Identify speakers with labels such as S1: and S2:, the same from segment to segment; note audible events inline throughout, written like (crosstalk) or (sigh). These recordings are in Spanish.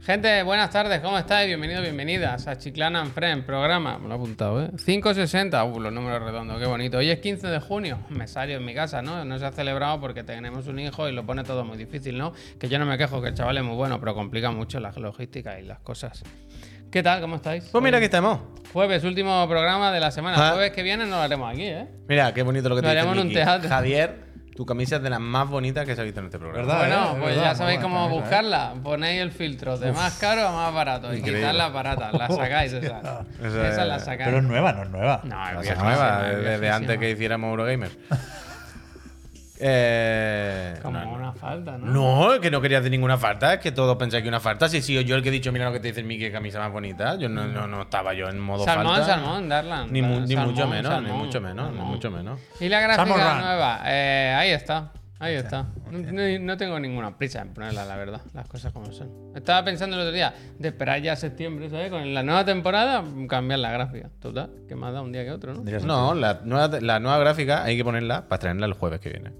S1: Gente, buenas tardes, ¿cómo estáis? Bienvenidos, bienvenidas a Chiclana and Friends, programa, me lo he apuntado, ¿eh? 560, uh, los números redondos, qué bonito. Hoy es 15 de junio, me salió en mi casa, ¿no? No se ha celebrado porque tenemos un hijo y lo pone todo muy difícil, ¿no? Que yo no me quejo, que el chaval es muy bueno, pero complica mucho la logística y las cosas. ¿Qué tal? ¿Cómo estáis?
S2: Pues mira, aquí estamos.
S1: Jueves, último programa de la semana.
S2: Ah.
S1: Jueves que viene no lo haremos aquí, ¿eh?
S2: Mira, qué bonito lo que
S1: Lo
S2: te dice
S1: haremos en un
S2: Miki.
S1: teatro.
S2: Javier, tu camisa es de las más bonitas que se ha visto en este programa.
S3: ¿Verdad? Ah,
S1: Bueno,
S3: eh, es
S1: pues
S3: verdad,
S1: ya sabéis
S3: mola
S1: cómo
S3: esta mesa,
S1: buscarla. Ponéis el filtro de más caro a más barato. Y
S2: Increíble.
S1: quitáis las baratas. Las sacáis esas.
S2: Esa-
S1: Esas las sacáis.
S3: Pero es nueva, no es nueva.
S1: No,
S2: La
S1: es
S2: cosa
S1: viejísima,
S2: nueva,
S1: es
S2: desde
S1: viejísima.
S2: antes que
S1: (laughs)
S2: hiciéramos Eurogamer. eh,
S1: Como
S2: no,
S1: una falta, ¿no?
S2: no, es que no quería hacer ninguna falta, es que todos pensáis que una falta. Si sí, yo el que he dicho, mira lo que te dice el Miki, qué camisa más bonita. Yo no, no, no estaba yo en modo
S1: Salmón,
S2: falta.
S1: salmón, Darlan.
S2: Ni, mu- ni
S1: Salmón,
S2: mucho menos, ni
S1: salmón,
S2: mucho menos, ni
S1: salmón.
S2: mucho menos.
S1: Y la gráfica
S3: Salmon Run.
S1: nueva. Eh, ahí está. Ahí está. No, no- no tengo ninguna prisa en ponerla, la verdad. Las cosas como son. Estaba pensando el otro día de esperar ya septiembre, ¿sabes? Con la nueva temporada, cambiar la gráfica. Total, que más da un día que otro, ¿no?
S3: Tendría sentido.
S2: No, la nueva, la nueva gráfica hay que ponerla para traerla el jueves que viene.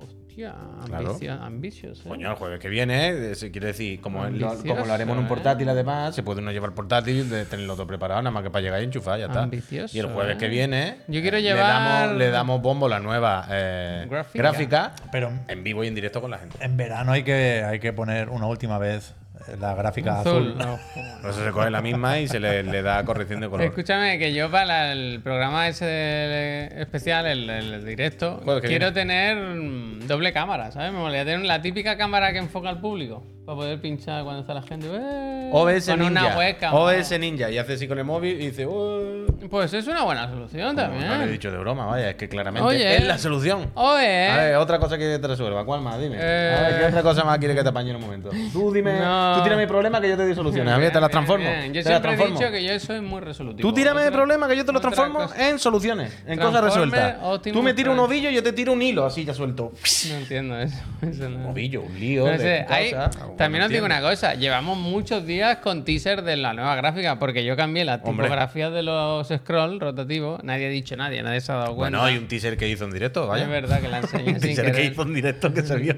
S1: Hostia,
S2: Claro.
S1: ambicio- ambicios, ¿eh?
S2: Coño, el jueves que viene, eh, se quiere decir, como, el-
S1: Ambicioso,
S2: como lo haremos en
S1: ¿eh?
S2: un portátil además, se puede uno llevar portátil, de tenerlo todo preparado, nada más que para llegar y enchufar, ya está.
S1: Ambicioso,
S2: y el jueves
S1: ¿eh?
S2: que viene,
S1: Yo quiero
S2: eh,
S1: llevar-
S2: le, damos, le damos bombo a la nueva eh,
S1: Gráfica.
S2: gráfica.
S3: Pero
S2: en vivo y en directo con la gente.
S3: en verano hay que, hay que poner una última vez la gráfica azul.
S1: Azul. no, joder.
S2: Por eso se coge la misma y se le, le da corrección de color.
S1: Escúchame, que yo para el programa ese del- especial, el, el directo,
S2: Joder, qué
S1: quiero
S2: bien.
S1: tener mm, doble cámara, ¿sabes? Me molaría tener la típica cámara que enfoca al público para poder pinchar cuando está la gente. ¡eh!
S2: OBS
S1: con
S2: Ninja.
S1: una webcam.
S2: OBS Ninja. Y hace así con el móvil y dice. "Ué".
S1: Pues es una buena solución también.
S2: No lo he dicho de broma, vaya, es que claramente
S1: Oye.
S2: es la solución.
S1: Oye.
S2: A ver, otra cosa que te resuelva. ¿Cuál más? Dime.
S1: Eh.
S2: A ver, ¿qué otra cosa más quiere que te apañe en un momento? Tú dime.
S1: No.
S2: Tú tírame el problema que yo te doy soluciones. A ver, te las transformo.
S1: Bien, bien. Yo
S2: te las
S1: siempre he
S2: transformo.
S1: dicho que yo soy muy resolutivo.
S2: Tú tírame el
S1: Otra-
S2: problema que yo te lo
S1: otra
S2: transformo
S1: cosa-
S2: en soluciones, en
S1: Transforme,
S2: cosas resueltas.
S1: Optimus
S2: Tú me tiras un
S1: Prime.
S2: ovillo y yo te tiro un hilo, así ya suelto.
S1: No entiendo eso. (laughs) eso no.
S2: Ovillo, un lío.
S1: No
S2: de
S1: sé,
S2: tu
S1: hay-
S2: casa. Ah, bueno,
S1: también os digo
S2: entiendo.
S1: una cosa, llevamos muchos días con teaser de la nueva gráfica, porque yo cambié las
S2: Hombre.
S1: tipografías de los scroll rotativos, nadie ha dicho nadie, nadie se ha dado cuenta.
S2: Bueno, hay un teaser que hizo en directo,
S1: Es
S2: vaya.
S1: verdad que la enseñé
S2: (laughs)
S1: sin
S2: Un teaser que
S1: querer.
S2: hizo en directo que se vio.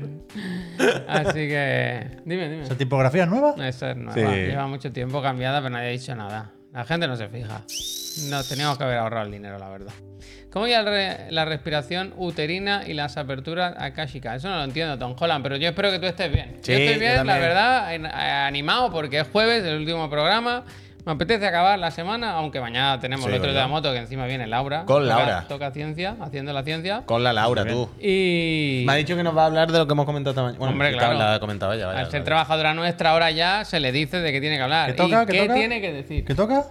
S1: Así que, dime, dime.
S3: ¿Esa tipografía es nueva?
S2: Eh.
S1: Esa es nueva,
S2: Sí.
S1: lleva mucho tiempo cambiada, pero nadie ha dicho nada. La gente no se fija. Nos teníamos que haber ahorrado el dinero, la verdad. ¿Cómo ya re- la respiración uterina y las aperturas akashicas? Eso no lo entiendo, Tom Holland, pero yo espero que tú estés bien.
S2: Sí,
S1: yo estoy
S2: yo
S1: bien, la
S2: también.
S1: verdad, en- eh, animado porque es jueves, el último programa. Me apetece acabar la semana, aunque mañana tenemos
S2: Sí,
S1: el otro de la
S2: coño.
S1: moto, que encima viene Laura.
S2: Con
S1: Toca-
S2: Laura.
S1: Toca ciencia, haciendo la ciencia.
S2: Con la Laura, tú.
S1: Y...
S2: Me ha dicho que nos va a hablar de lo que hemos comentado esta mañana. Bueno,
S1: Hombre,
S2: que
S1: claro.
S2: la comentaba ya, vaya.
S1: Al ser
S2: vale.
S1: trabajadora nuestra, ahora ya se le dice de qué tiene que hablar.
S3: ¿Qué toca?
S1: ¿Y
S3: ¿Qué
S1: qué
S3: toca?
S1: tiene que decir?
S3: ¿Qué toca?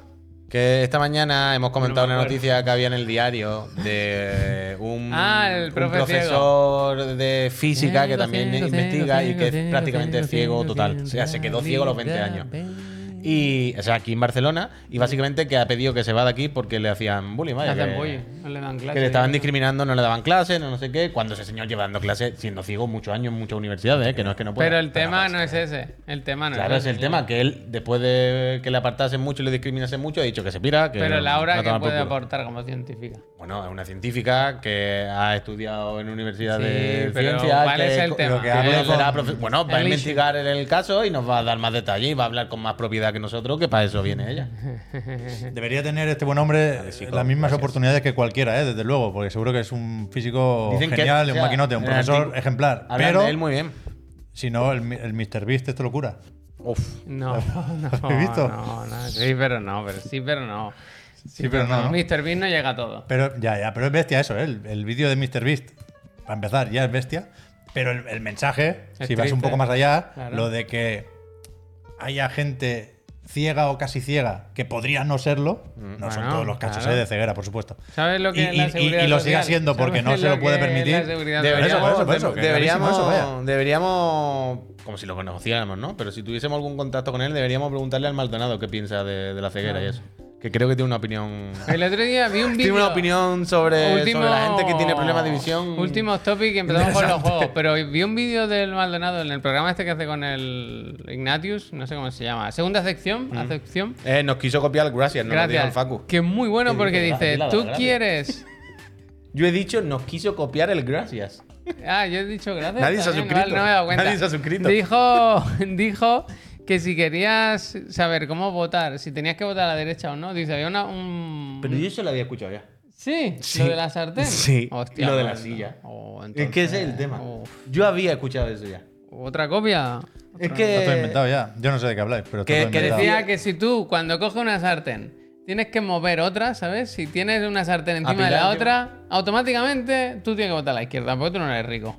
S2: Que esta mañana hemos comentado
S1: No me
S2: una
S1: acuerdo.
S2: noticia que había en el diario de un,
S1: (laughs) Ah, el
S2: un
S1: profe
S2: profesor de física que
S1: Ciego,
S2: también
S1: ciego,
S2: investiga
S1: ciego,
S2: y que
S1: ciego,
S2: es prácticamente
S1: ciego,
S2: ciego
S1: ciego,
S2: total.
S1: ciego,
S2: O sea, se quedó
S1: ciego,
S2: ciego a los 20 años. Y, o sea, aquí en Barcelona, y básicamente que ha pedido que se va de aquí porque le hacían bullying, vaya.
S1: Hacen
S2: que-
S1: bullying, no le dan clase.
S2: que le estaban discriminando, no le daban clases, no, no sé qué. Cuando ese señor lleva dando clases siendo ciego muchos años en muchas universidades, ¿eh? que no es que no pueda.
S1: Pero el tema no es ese. El tema no
S2: Claro,
S1: es
S2: es
S1: ese.
S2: el tema, que él, después de que le apartasen mucho y le discriminasen mucho, ha dicho que se pira. Que
S1: Pero Laura,
S2: no
S1: ¿qué
S2: toma por
S1: puede
S2: culo.
S1: aportar como científica?
S2: Bueno, es una científica que ha estudiado en universidad
S1: Sí,
S2: de
S1: pero
S2: ciencias.
S1: ¿cuál
S2: que
S1: es el
S2: co-
S1: tema?
S2: lo que
S1: Que
S2: habla
S3: habla
S2: será
S3: con-
S2: profe- Bueno, va a
S1: el
S2: investigar el, el caso y nos va a dar más detalle y va a hablar con más propiedad que nosotros, que para eso viene ella.
S3: Debería tener este buen hombre
S2: chico,
S3: las mismas oportunidades que cualquiera, ¿eh? desde luego, porque seguro que es un físico
S2: Dicen que-
S3: Oh, genial,
S2: o
S3: un
S2: sea,
S3: maquinote, un
S2: en el
S3: profesor
S2: artículo-
S3: ejemplar.
S2: Hablan
S3: Pero
S2: de él muy bien.
S3: si no, el, mi- el Mr. Beast esto lo cura.
S2: Uf.
S3: (laughs)
S1: No, no.
S3: ¿Has visto?
S1: No, no, sí, pero no, pero sí, pero no. Sí,
S3: pero no, ¿no?
S1: Mr. Bean no llega a todo.
S3: Pero ya, ya, pero es bestia eso, ¿eh? el, el vídeo de Mr. Beast. Para empezar, ya es bestia. Pero el, el mensaje,
S1: Es
S3: si vas un
S1: triste.
S3: poco más allá,
S1: Claro.
S3: lo de que haya gente ciega o casi ciega que podría no serlo, no son
S1: Mm, Bueno,
S3: todos los casos
S1: claro.
S3: ¿eh? de ceguera, por supuesto.
S1: ¿Sabes lo que
S3: Y-
S1: es la
S3: y- y-
S1: seguridad
S3: y lo siga
S1: social?
S3: siendo porque no
S1: ¿Sabes
S3: se lo
S1: que
S3: puede
S1: es la
S3: permitir?
S1: seguridad
S3: Debería-
S1: social?
S2: Deberíamos,
S3: por eso, por eso, que
S2: deberíamos,
S3: clarísimo eso, vaya.
S2: deberíamos- como si lo conociéramos, ¿no? Pero si tuviésemos algún contacto con él, deberíamos preguntarle al Maldonado qué piensa de, de la ceguera y eso. Que creo que tiene una
S1: (laughs)
S2: opinión.
S1: El otro día vi un vídeo.
S2: Tiene una opinión sobre, sobre la gente que tiene problemas de visión.
S1: Últimos topic,
S2: (laughs)
S1: empezamos con los juegos. Pero vi un vídeo del Maldonado en el programa este que hace con el Ignatius, no sé cómo se llama. Segunda sección, a sección.
S2: Eh, nos quiso copiar el Gracias, no lo dijo el
S1: Gracias.
S2: Facu.
S1: Que es muy bueno
S2: Sí,
S1: porque
S2: sí,
S1: dice,
S2: sí, la
S1: tú
S2: verdad,
S1: quieres...
S2: Yo he dicho, nos quiso copiar el Gracias.
S1: Ah, yo he dicho gracias.
S2: Nadie se ha
S1: también, vale,
S2: suscrito.
S1: No me he dado cuenta.
S2: Nadie se ha
S1: (laughs)
S2: suscrito.
S1: Dijo, dijo que si querías saber cómo votar, si tenías que votar a la derecha o no, dice, había una, un...
S2: Pero yo eso lo había escuchado ya.
S1: Sí,
S2: Sí.
S1: lo de la sartén.
S2: Sí,
S1: Hostia,
S2: lo de la
S1: bueno.
S2: silla.
S1: Oh,
S2: Es que ese es el
S1: entonces,
S2: tema.
S1: oh.
S2: Yo había escuchado eso ya.
S1: Otra copia.
S2: Es
S3: Está todo
S2: que.
S3: inventado ya. Yo no sé de qué habláis, pero está
S2: que-
S3: todo
S2: que
S3: inventado.
S1: Decía Eh, que si tú, cuando coges una sartén, tienes que mover otra, ¿sabes? Si tienes una sartén encima de la
S2: Apilar,
S1: otra, automáticamente tú tienes que votar a la izquierda, porque tú no eres rico.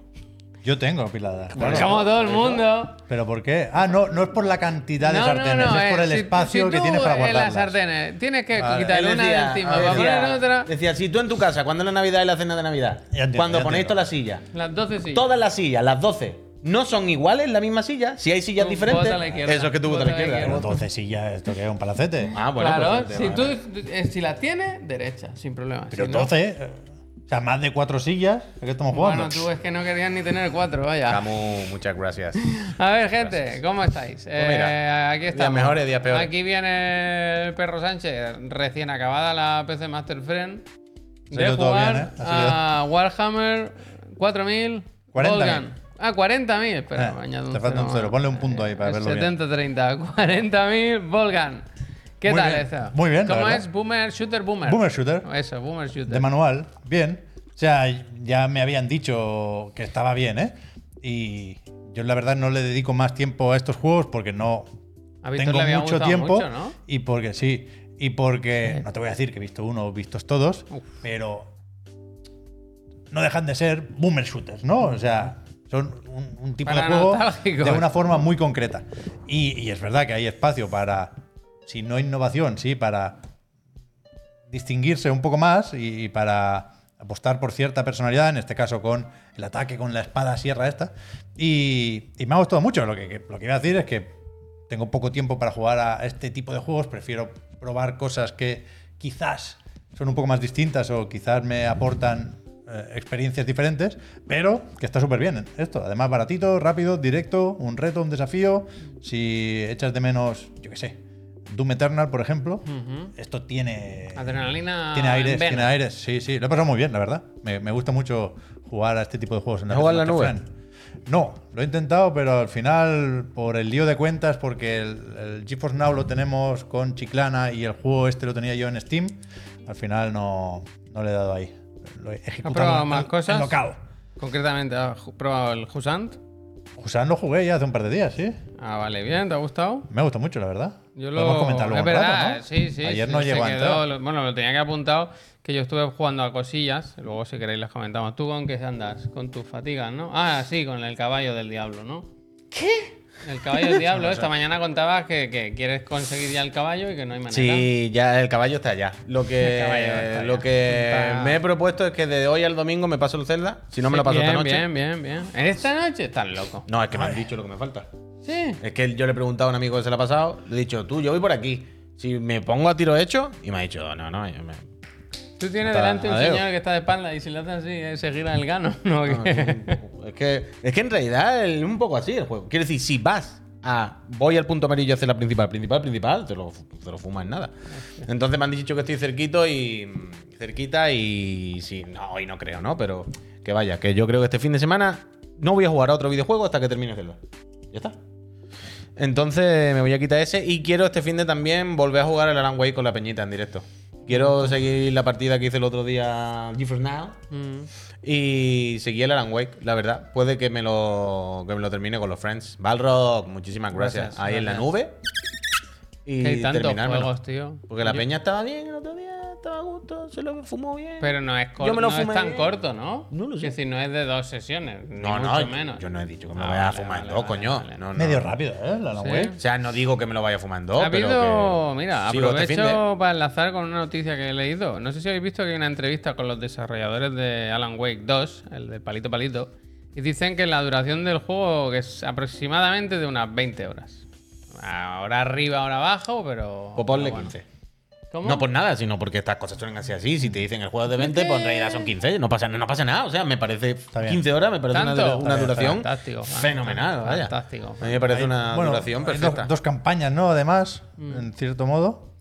S3: Yo tengo apiladas. claro.
S1: Como todo el mundo.
S3: ¿Pero por qué? Ah, no, no es por la cantidad de sartenes, es por
S1: eh,
S3: el
S1: si-
S3: espacio
S1: si
S3: que
S1: tú
S3: tienes para
S1: en las
S3: guardarlas.
S1: sartenes tienes que
S3: Vale.
S1: quitar
S2: Él
S1: una de
S2: decía-
S1: encima
S2: decía-
S1: para poner otra.
S2: Decía, si tú en tu casa, cuando es la Navidad y la cena de Navidad,
S3: entiendo,
S2: cuando
S3: ya
S2: ponéis
S3: entiendo.
S2: todas las sillas,
S1: Las 12 sí.
S2: todas las sillas, las 12, no son iguales la misma silla, si hay sillas
S1: Tú
S2: diferentes,
S1: vota a la izquierda.
S2: eso es que tú votas a la
S1: Vota a la
S2: izquierda.
S3: Pero entonces sí, ya esto que es un palacete.
S2: Ah, bueno,
S1: claro,
S2: pues,
S1: si,
S2: vale.
S1: tú, eh, si las tienes, derecha, sin problema.
S3: pero
S1: Si no-
S3: entonces, eh, o sea, más de cuatro sillas, ¿a qué estamos jugando?
S1: Bueno, tú es que no querías ni tener cuatro, vaya.
S2: Camus, muchas gracias.
S1: A ver, gente, ¿cómo estáis?
S3: Pues
S1: Eh,
S2: mira,
S1: aquí
S2: días
S1: estamos.
S2: mejores, días peores.
S1: Aquí viene el perro Sánchez, recién acabada la PC Master Friend.
S3: Se
S1: De
S3: ha ido todo
S1: jugar
S3: bien, ¿eh? Ha sido-
S1: a Warhammer 4000.
S3: 40.000.
S1: Volgan. Ah, 40.000. Espera,
S3: Ah,
S1: añado
S3: te falta un cero. Ponle un punto ahí para verlo bien.
S1: 70-30. 40.000 Volgan. ¿Qué
S3: Muy
S1: tal
S3: bien,
S1: eso?
S3: muy bien, la
S1: ¿Cómo
S3: verdad.
S1: es? Boomer Shooter Boomer.
S3: Boomer Shooter.
S1: Eso, Boomer Shooter.
S3: de manual, bien. O sea, ya me habían dicho que estaba bien, ¿eh? Y yo la verdad no le dedico más tiempo a estos juegos porque no
S1: A Víctor
S3: tengo
S1: le había
S3: mucho
S1: gustado
S3: tiempo
S1: mucho, ¿no?
S3: y porque sí, y porque no te voy a decir que he visto uno o vistos todos,
S1: Uf.
S3: pero no dejan de ser boomer shooters, ¿no? O sea, son un, un tipo
S1: Para
S3: de juego
S1: nostálgicos.
S3: de una forma muy concreta. Y, y es verdad que hay espacio para, si no innovación, sí, para distinguirse un poco más y, y para apostar por cierta personalidad, en este caso con el ataque con la espada sierra esta. Y, y me ha gustado mucho. Lo que, que- lo que iba a decir es que tengo poco tiempo para jugar a este tipo de juegos. Prefiero probar cosas que quizás son un poco más distintas o quizás me aportan eh, experiencias diferentes, pero que está súper bien esto. Además, baratito, rápido, directo, un reto, un desafío. Si echas de menos, yo qué sé, Doom Eternal, por ejemplo,
S1: Ujú.
S3: esto tiene.
S1: Adrenalina.
S3: Tiene aires,
S1: en vena.
S3: tiene aires. Sí, sí. Lo he pasado muy bien, la verdad. Me, me gusta mucho jugar a este tipo de juegos en la
S2: ¿Has jugado
S3: PC
S2: en la
S3: Master Plan. No, lo he intentado, pero al final, por el lío de cuentas, porque el, el GeForce Now lo tenemos con Chiclana y el juego este lo tenía yo en Steam, al final no, no le he dado ahí. Lo he ejecutado.
S1: probado
S3: en-
S1: más
S3: en
S1: cosas?
S3: lo cao.
S1: Concretamente, ¿has ju- probado el Husant?
S3: Husán lo jugué ya hace un par de días, sí.
S1: Ah, vale, bien, ¿te ha gustado?
S3: Me gusta mucho, la verdad.
S1: Yo lo
S3: Podemos comentarlo
S1: Es
S3: un rato,
S1: verdad,
S3: ¿no?
S1: sí, sí.
S3: Ayer
S1: sí,
S3: no
S1: se
S3: llegó a
S1: quedó-
S3: entrar.
S1: lo- Bueno, lo tenía que apuntado, que yo estuve jugando a cosillas, luego si queréis las comentamos. ¿Tú con qué andas? Con tus fatigas, ¿no? Ah, sí, con el caballo del diablo, ¿no? ¿Qué? El caballo (laughs) del diablo, esta mañana contabas que, que quieres conseguir ya el caballo y que no hay manera.
S2: Sí, ya el caballo está allá. Lo
S1: El caballo
S2: que,
S1: está
S2: lo
S1: allá.
S2: que
S1: Está-
S2: me he propuesto es que de hoy al domingo me paso el Zelda, si no me lo paso
S1: bien,
S2: esta noche.
S1: Bien, bien, bien. ¿En esta noche? Estás loco.
S2: No, es que me han dicho lo que me falta.
S1: Sí.
S2: Es que yo le he preguntado a un amigo que se lo ha pasado, le he dicho, tú, yo voy por aquí. Si me pongo a tiro hecho, y me ha dicho, no, no, yo me-
S1: Tú tienes
S2: Está-
S1: delante un
S2: adeo.
S1: señor que está de espalda y si le haces así, eh, se gira el gano, (laughs) ¿no?
S2: no,
S1: ¿Qué?
S2: (laughs) es, que, es que en realidad es un poco así el juego. Quiero decir, si vas a voy al punto amarillo a hacer la principal, principal, principal, te lo, te lo fumas en nada. Entonces me han dicho que estoy cerquito y cerquita y sí, no, hoy no creo, ¿no? Pero que vaya, que yo creo que este fin de semana no voy a jugar a otro videojuego hasta que termine Zelda. Ya está. Entonces me voy a quitar ese y quiero este fin de también volver a jugar el Alan Wake con la peñita en directo. Quiero seguir la partida que hice el otro día GeForce Now
S1: Mm.
S2: y seguí el Alan Wake, la verdad. Puede que me lo, que me lo termine con los Friends. Balrog, muchísimas gracias.
S1: Gracias,
S2: Ahí en la
S1: gracias.
S2: nube. Y
S1: Que hay tantos
S2: terminármelo.
S1: juegos, tío.
S2: Porque la
S1: Yo-
S2: peña estaba bien el otro día, estaba a gusto, se lo fumó bien.
S1: Pero no es, corto,
S2: Yo me lo
S1: no
S2: fumé
S1: es tan
S2: bien.
S1: corto, ¿no?
S2: No lo sé.
S1: Es decir, no es de dos sesiones. ni
S2: no, no,
S1: mucho
S2: yo-
S1: menos.
S2: yo no he dicho que me
S1: Ah,
S2: lo vaya
S1: vale,
S2: a fumar en
S1: vale,
S2: dos,
S1: vale,
S2: coño.
S1: vale.
S2: No, no.
S3: Medio rápido, ¿eh? La
S1: Sí.
S3: web.
S2: O sea, no digo que me lo vaya a fumar en dos,
S1: Ha
S2: pero
S1: habido,
S2: que
S1: mira,
S2: sigo este fin de-
S1: aprovecho para enlazar con una noticia que he leído. No sé si habéis visto que hay una entrevista con los desarrolladores de Alan Wake 2, el de Palito Palito, y dicen que la duración del juego es aproximadamente de unas 20 horas. Ahora arriba, ahora abajo, pero...
S2: Pues ponle
S1: pero Ah, bueno.
S2: 15.
S1: ¿Cómo?
S2: No pues por nada, sino porque estas cosas suelen ser así. Si te dicen el juego es de 20,
S1: Sí.
S2: pues en realidad son 15. No pasa, no pasa nada. O sea, me parece
S3: bien.
S2: 15 horas, me parece una,
S1: ¿Tanto?
S2: dura-
S1: Está
S2: una
S3: bien, está
S2: duración
S1: fantástico, fan-
S2: fenomenal. vaya.
S1: fantástico.
S2: A mí me parece una
S3: Bueno,
S2: duración
S3: hay dos-
S2: perfecta.
S3: Dos, campañas, ¿no? Además,
S1: Mm.
S3: en cierto modo.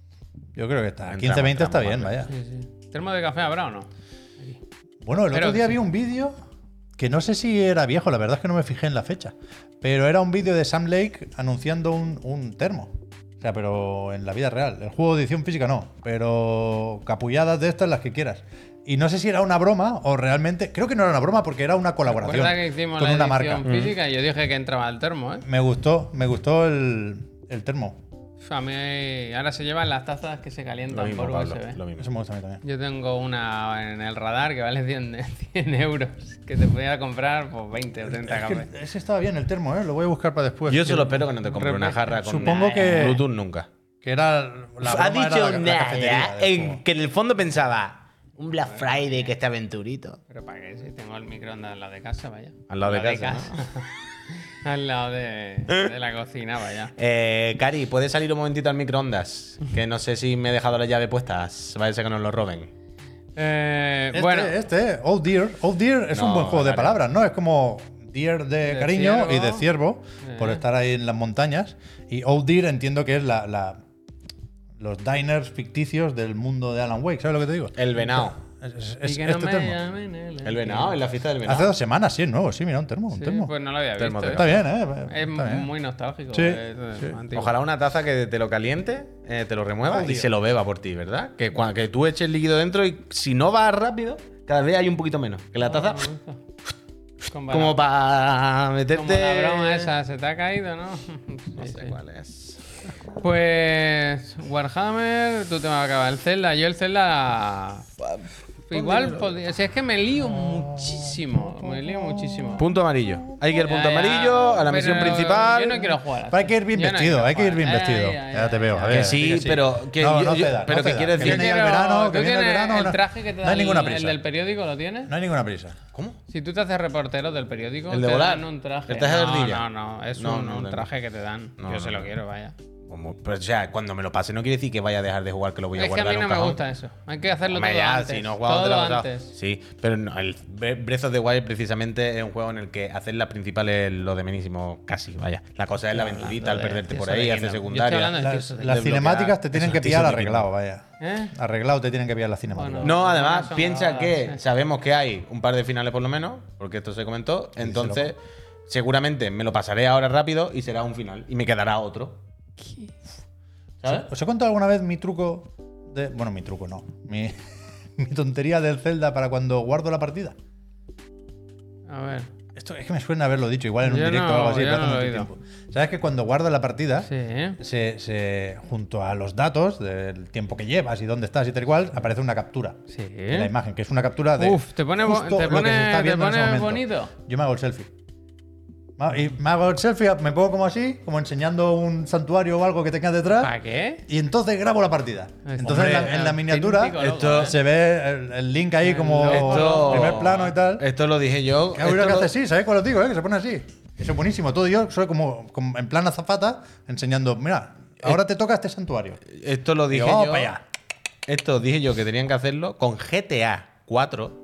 S3: Yo creo que está.
S2: Entramos,
S3: 15-20 está
S2: entramos,
S3: bien,
S2: vale.
S3: vaya.
S1: Sí, sí. ¿Termo de café habrá o no?
S3: Bueno, el
S1: Creo
S3: otro
S1: que
S3: día
S1: sí.
S3: vi un vídeo que no sé si era viejo, la verdad es que no me fijé en la fecha, pero era un vídeo de Sam Lake anunciando un, un termo. O sea, pero en la vida real. El juego de edición física no, pero capulladas de estas las que quieras. Y no sé si era una broma o realmente. Creo que no era una broma porque era una colaboración
S1: Recuerda que hicimos
S3: con
S1: la
S3: una marca. Mm.
S1: edición
S2: Mm.
S1: física y yo dije que entraba al termo, ¿eh?
S3: Me gustó, me gustó el, el termo.
S1: Uf, A mí ahora se llevan las tazas que se
S2: Lo
S1: calientan
S2: mismo,
S1: por
S2: Pablo.
S3: ¿eh?
S1: USB.
S2: Lo mismo.
S3: Eso me gusta a mí también.
S1: Yo tengo una en el radar que vale (laughs) 100, 100 euros, que te podía comprar por 20 o
S2: (laughs)
S1: 30
S3: Es
S1: cafés.
S3: que ese estaba bien el termo, ¿eh? Lo voy a buscar para después.
S2: Yo
S3: que-
S2: solo espero que no te compre una jarra con
S3: Supongo que-
S2: Bluetooth nunca.
S3: Que era la
S4: ha
S3: broma era
S4: dicho
S3: la- la cafetería
S4: nada
S3: del
S4: en
S3: juego.
S4: que en el fondo pensaba un Black Friday que este aventurito.
S1: Pero para qué, si tengo el microondas al lado de casa, vaya.
S2: Al lado de casa,
S1: casa. (laughs) al lado de, de la cocina, vaya.
S2: Eh, Cari, ¿puedes salir un momentito al microondas? Que no sé si me he dejado la llave puesta. Vaya a ser que nos lo roben.
S1: Eh,
S3: Este,
S1: bueno,
S3: este, Oh Dear. Oh Dear es un
S2: No,
S3: buen juego de
S2: vale.
S3: palabras, ¿no? Es como Dear de,
S1: De
S3: cariño
S1: ciervo.
S3: y de ciervo por
S1: Eh.
S3: estar ahí en las montañas. Y Oh Dear entiendo que es la, la- los diners ficticios del mundo de Alan Wake. ¿Sabes lo que te digo?
S2: El venado.
S3: Es, es-
S1: y
S3: es
S1: que no
S3: este
S1: me
S3: termo.
S1: llamen el-
S2: El venado, en la fiesta del
S3: Hace
S2: venado.
S3: dos semanas, sí, es nuevo. Sí, mira, un termo, un
S1: Sí,
S3: termo.
S1: pues no lo había
S2: Termo
S1: visto.
S2: de
S1: ¿eh?
S3: Está bien, ¿eh?
S1: Es
S3: Está bien.
S1: muy nostálgico.
S3: Sí,
S1: es, eh,
S3: sí.
S1: antiguo.
S2: Ojalá una taza que te lo caliente, eh, te lo remueva
S3: Ay,
S2: y
S3: Dios.
S2: se lo beba por ti, ¿verdad? Que, cua- que tú eches el líquido dentro y si no va rápido, cada vez hay un poquito menos. Que la
S1: Ah,
S2: taza,
S1: Con
S2: como
S1: bala-
S2: para meterte.
S1: como
S3: Este-
S1: la broma esa, se te ha caído,
S3: (laughs)
S1: ¿no?
S2: No
S1: Sí,
S2: sé
S1: sí.
S2: cuál es.
S1: Pues Warhammer, tú te vas a acabar el Zelda. Yo el Zelda... Igual, podría- si es que me lío muchísimo, me lío muchísimo.
S2: Punto amarillo. Hay que ir al punto
S1: Ya, ya,
S2: amarillo, a la misión
S1: pero
S2: principal.
S1: Yo no quiero jugar. así.
S3: Pero hay que ir bien
S1: Yo no
S3: vestido,
S1: quiero
S3: hay que ir bien
S1: jugar.
S3: vestido.
S1: Ay, ay,
S3: ya
S1: ay,
S3: te veo,
S1: ay,
S3: a
S1: ay.
S3: ver.
S2: Que sí,
S3: di
S2: pero que
S3: no,
S2: yo-
S3: no te
S2: yo-
S3: da,
S2: pero
S3: no
S2: que
S3: te da.
S2: quiero
S3: Que
S2: decir-
S3: viene ya
S1: Pero,
S3: el verano,
S1: ¿tú
S3: que viene el
S1: tienes
S3: verano. no-
S1: El traje que te
S3: no
S1: da
S3: hay
S1: el-
S3: ninguna prisa.
S1: El del periódico lo tienes.
S3: No hay ninguna prisa.
S2: ¿Cómo?
S1: Si tú te haces reportero del periódico,
S2: ¿El de
S1: te
S2: volar?
S1: dan un traje.
S2: ¿El traje de
S1: no,
S2: ardilla?
S1: no, no, es
S2: No,
S1: un,
S2: no,
S1: un
S2: no.
S1: traje que te dan.
S2: No,
S1: Yo
S2: no,
S1: se lo
S2: no.
S1: quiero, vaya.
S2: Como- Pero, o sea, cuando me lo pase no quiere decir que vaya a dejar de jugar, que lo voy a
S1: Es que a mí
S2: guardar en
S1: no
S2: un
S1: me
S2: cajón.
S1: gusta eso. Hay que hacerlo
S2: Hombre,
S1: todo
S2: ya,
S1: antes.
S2: si no jugamos
S1: todo
S2: otra cosa.
S1: antes.
S2: Sí, pero no, el Bre- Breath of the Wild precisamente es un juego en el que hacer las principales lo de menísimo casi, vaya. La cosa es la aventurita, al
S1: de-
S2: perderte
S1: eso
S2: por
S1: de
S2: ahí,
S1: que
S2: hacer
S1: no. Yo estoy hablando
S2: secundaria.
S1: de-
S3: Las,
S1: Eso,
S3: las
S2: desbloquear.
S3: cinemáticas te tienen
S2: Eso,
S3: que pillar
S2: eso,
S3: arreglado, vaya.
S1: ¿Eh?
S3: Arreglado te tienen que pillar las cinemáticas.
S1: Bueno.
S2: No,
S1: No
S2: además,
S1: son
S2: piensa
S1: nada,
S2: que
S1: sí.
S2: sabemos que hay un par de finales por lo menos, porque esto se comentó. Entonces, seguramente me lo pasaré ahora rápido y será un final. Y me quedará otro. ¿Sabes?
S3: ¿Os he contado alguna vez mi truco de. Bueno, mi truco no. Mi, (laughs) mi tontería del Zelda para cuando guardo la partida.
S1: A ver.
S3: Esto es que me suena haberlo dicho, igual en un
S1: Yo
S3: directo o
S1: no,
S3: algo así,
S1: yo
S3: pero hace
S1: no lo he
S3: mucho
S1: oído.
S3: tiempo. ¿Sabes que cuando guardo la partida,
S1: Sí, ¿eh?
S3: se, se- junto a los datos del tiempo que llevas y dónde estás y tal y cual, aparece una captura
S1: Sí.
S3: de la imagen, que es una captura de.
S1: Uf, te pone bo-
S3: justo
S1: te
S3: lo que se
S1: pone-
S3: está
S1: te
S3: viendo en ese
S1: pone
S3: momento.
S1: bonito.
S3: Yo me hago el selfie. Ma- Y me hago el selfie, me pongo como así, como enseñando un santuario o algo que tenga detrás.
S1: ¿Para qué?
S3: Y entonces grabo la partida. Entonces
S1: Hombre,
S3: en, la, en la miniatura
S1: auténtico loco,
S3: esto,
S1: ¿eh?
S3: se ve el, el link ahí como
S2: Esto-
S3: primer plano y tal.
S2: Esto lo dije yo.
S3: Que hay uno
S2: esto
S3: que
S2: lo-
S3: hace así, ¿sabéis cuál os digo? eh? Que se pone así. Eso es buenísimo. Todo yo soy como, como en plan azafata enseñando, mira, ahora te toca este santuario.
S2: Esto lo dije
S3: Digo, vamos
S2: yo.
S3: para allá.
S2: Esto dije yo que tenían que hacerlo con GTA 4.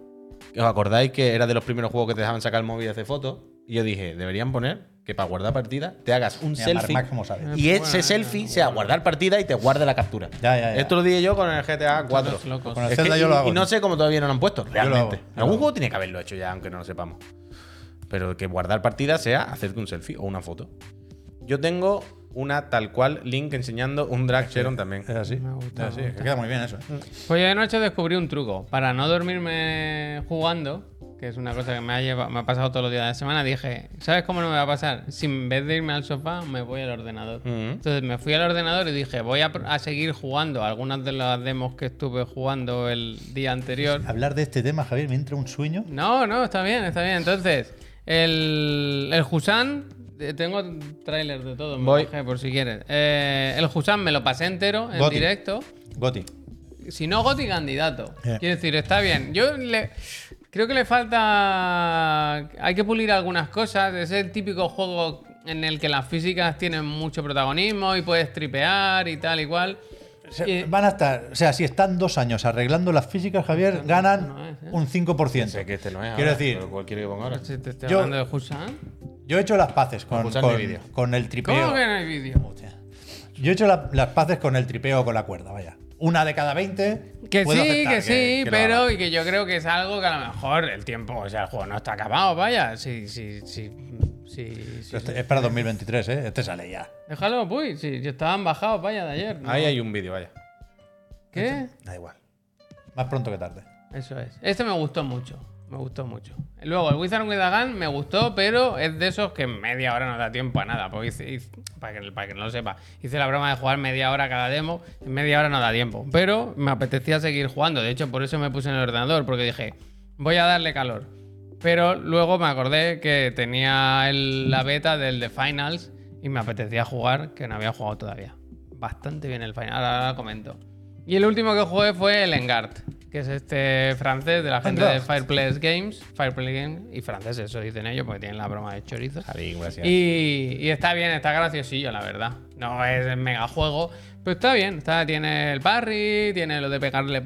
S2: que ¿Os acordáis que era de los primeros juegos que te dejaban sacar el móvil y hacer fotos? Y yo dije, deberían poner que para guardar partida te hagas un
S3: Mira,
S2: selfie.
S3: Marmax, como sabe.
S2: Y
S1: Eh,
S2: ese
S1: bueno, eh,
S2: selfie sea guardar partida y te guarde la captura.
S3: Ya, ya, ya.
S2: Esto lo dije yo con el GTA 4.
S1: Todos locos.
S3: Con el
S2: Es que-
S3: Zelda yo
S2: y,
S3: lo hago.
S2: y no sé cómo todavía no lo han puesto,
S3: lo hago,
S2: realmente.
S3: yo lo
S2: Algún
S3: hago.
S2: juego tiene que haberlo hecho ya, aunque no lo sepamos. Pero que guardar partida sea hacerte un selfie o una foto. Yo tengo una tal cual Link enseñando un drag Sharon también.
S3: Es así.
S1: Me gusta,
S3: es así.
S1: me
S3: Es que queda muy bien eso.
S2: Mm.
S1: Pues yo de noche descubrí un truco. Para no dormirme jugando, que es una cosa que me ha, lleva- me ha pasado todos los días de la semana, dije, ¿sabes cómo no me va a pasar? Si en vez de irme al sofá, me voy al ordenador.
S2: Mm.
S1: Entonces me fui al ordenador y dije, voy a, pr- a seguir jugando algunas de las demos que estuve jugando el día anterior.
S3: Hablar de este tema, Javier, me entra un sueño.
S1: No, no, está bien, está bien. Entonces, el, el Husan, eh, tengo tráiler de todo, me
S2: Voy.
S1: bajé por si quieres. Eh, el Husan me lo pasé entero en
S3: Goti.
S1: directo.
S3: Goti.
S1: Si no, Goti candidato.
S3: Eh.
S1: Quiero decir, está bien. Yo le, creo que le falta. Hay que pulir algunas cosas. Es el típico juego en el que las físicas tienen mucho protagonismo y puedes tripear y tal y cual.
S3: Se-
S1: Y-
S3: Eh, van a estar, o sea, si están dos años arreglando las físicas, Javier, ganan
S1: no es, ¿eh?
S3: un 5%.
S2: Sé que este no es.
S3: Quiero
S2: ahora,
S3: decir-
S2: pero cualquiera que ponga ahora.
S1: Si te estoy
S3: Yo-
S1: hablando de Husan.
S3: Yo he hecho las paces con,
S2: Pues sale
S3: con,
S2: el vídeo.
S3: con el tripeo.
S1: ¿Cómo que no hay vídeo?
S3: Hostia. Yo he hecho la- las paces con el tripeo con la cuerda, vaya. una de cada 20.
S1: Que sí,
S3: puedo aceptar
S1: que sí,
S3: lo
S1: pero
S3: haga.
S1: y que yo creo que es algo que a lo mejor el tiempo, o sea, el juego no está acabado, vaya. Sí, sí, sí. sí, sí, sí.
S3: Pero este- es para 2023, ¿eh? Este sale ya.
S1: Déjalo, pues, sí, yo estaban bajados, vaya, de ayer. ¿no?
S2: Ahí hay un vídeo, vaya.
S1: ¿Qué?
S3: Da igual. Más pronto que tarde.
S1: Eso es. Este me gustó mucho. Me gustó mucho. Luego, el Wizard with a Gun me gustó, pero es de esos que media hora no da tiempo a nada. Porque hice- hice- para, que, para que no lo sepa, hice la broma de jugar media hora cada demo. y media hora no da tiempo. Pero me apetecía seguir jugando. De hecho, por eso me puse en el ordenador. Porque dije, voy a darle calor. Pero luego me acordé que tenía el- la beta del The Finals. Y me apetecía jugar, que no había jugado todavía. Bastante bien el Final. Ahora, ahora comento. Y el último que jugué fue el Engard, que es este francés de la gente de
S3: Engard.
S1: Fireplace Games. Fireplace Games y francés, eso dicen ellos, porque tienen la broma de chorizo.
S2: Ahí, gracias.
S1: Y, y está bien, está graciosillo, la verdad. No es el mega juego, pero está bien. Está, tiene el parry, tiene lo de pegarle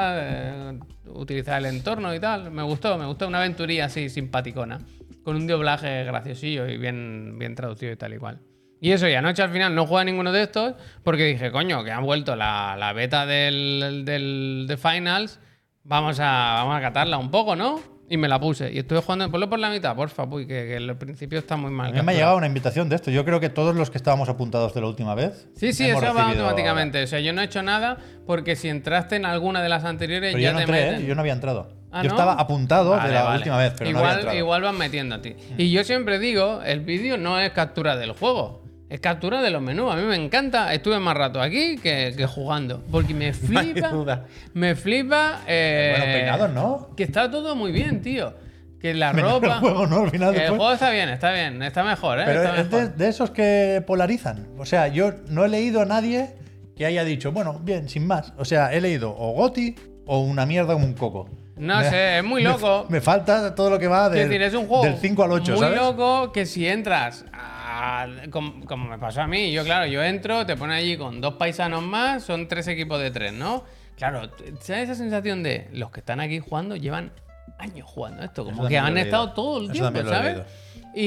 S1: patadas, eh, utilizar el entorno y tal. Me gustó, me gustó. Una aventurilla así simpaticona, con un doblaje graciosillo y bien, bien traducido y tal y cual. Y eso, y anoche al final no jugué a ninguno de estos porque dije, coño, que han vuelto la, la beta del, del de Finals. Vamos a, vamos a catarla un poco, ¿no? Y me la puse. Y estuve jugando, ponlo por la mitad, porfa, puy, que, que el principio está muy mal.
S3: A mí me ha
S1: capturado.
S3: llegado una invitación de esto. Yo creo que todos los que estábamos apuntados de la última vez.
S1: Sí, sí,
S3: hemos
S1: eso va
S3: recibido-
S1: automáticamente. O sea, yo no he hecho nada porque si entraste en alguna de las anteriores
S3: Pero
S1: ya
S3: yo no
S1: te
S3: entré,
S1: meten.
S3: ¿eh? Yo no había entrado.
S1: Ah,
S3: yo
S1: ¿no?
S3: estaba apuntado
S1: Vale,
S3: de la
S1: vale.
S3: última vez, pero
S1: igual,
S3: no había entrado. (laughs) Mm.
S1: igual van metiendo a ti. Y yo siempre digo, el vídeo no es captura del juego, es captura de los menús. A mí me encanta, estuve más rato aquí que, que jugando, porque
S3: (laughs)
S1: me flipa,
S2: duda.
S1: me flipa. eh,
S3: Buenos peinados, ¿no?
S1: Que está todo muy bien, tío. Que
S3: (laughs)
S1: la
S3: El
S1: ropa.
S3: juego, ¿no? Al final
S1: el
S3: después.
S1: juego está bien, está bien, está mejor, ¿eh?
S3: Pero
S1: Está
S3: es de,
S1: mejor.
S3: de esos que polarizan. O sea, yo no he leído a nadie que haya dicho, bueno, bien, sin más. O sea, he leído o Goti o una mierda como un coco.
S1: No
S3: Me-
S1: sé, es muy
S3: me-
S1: loco.
S3: Me, falta todo lo que va
S1: Quiero
S3: del,
S1: decir, es un juego
S3: del 5 al 8,
S1: muy
S3: ¿sabes?
S1: loco que si entras, a- como, como me pasó a mí, yo claro, yo entro, te ponen allí con dos paisanos más, son tres equipos de tres, ¿no? Claro, t- ¿sabes esa sensación de los que están aquí jugando llevan años jugando esto? Como
S3: Eso
S1: que
S3: también lo
S1: han
S3: he leído.
S1: estado todo el
S3: Eso
S1: tiempo,
S3: también lo he
S1: ¿sabes?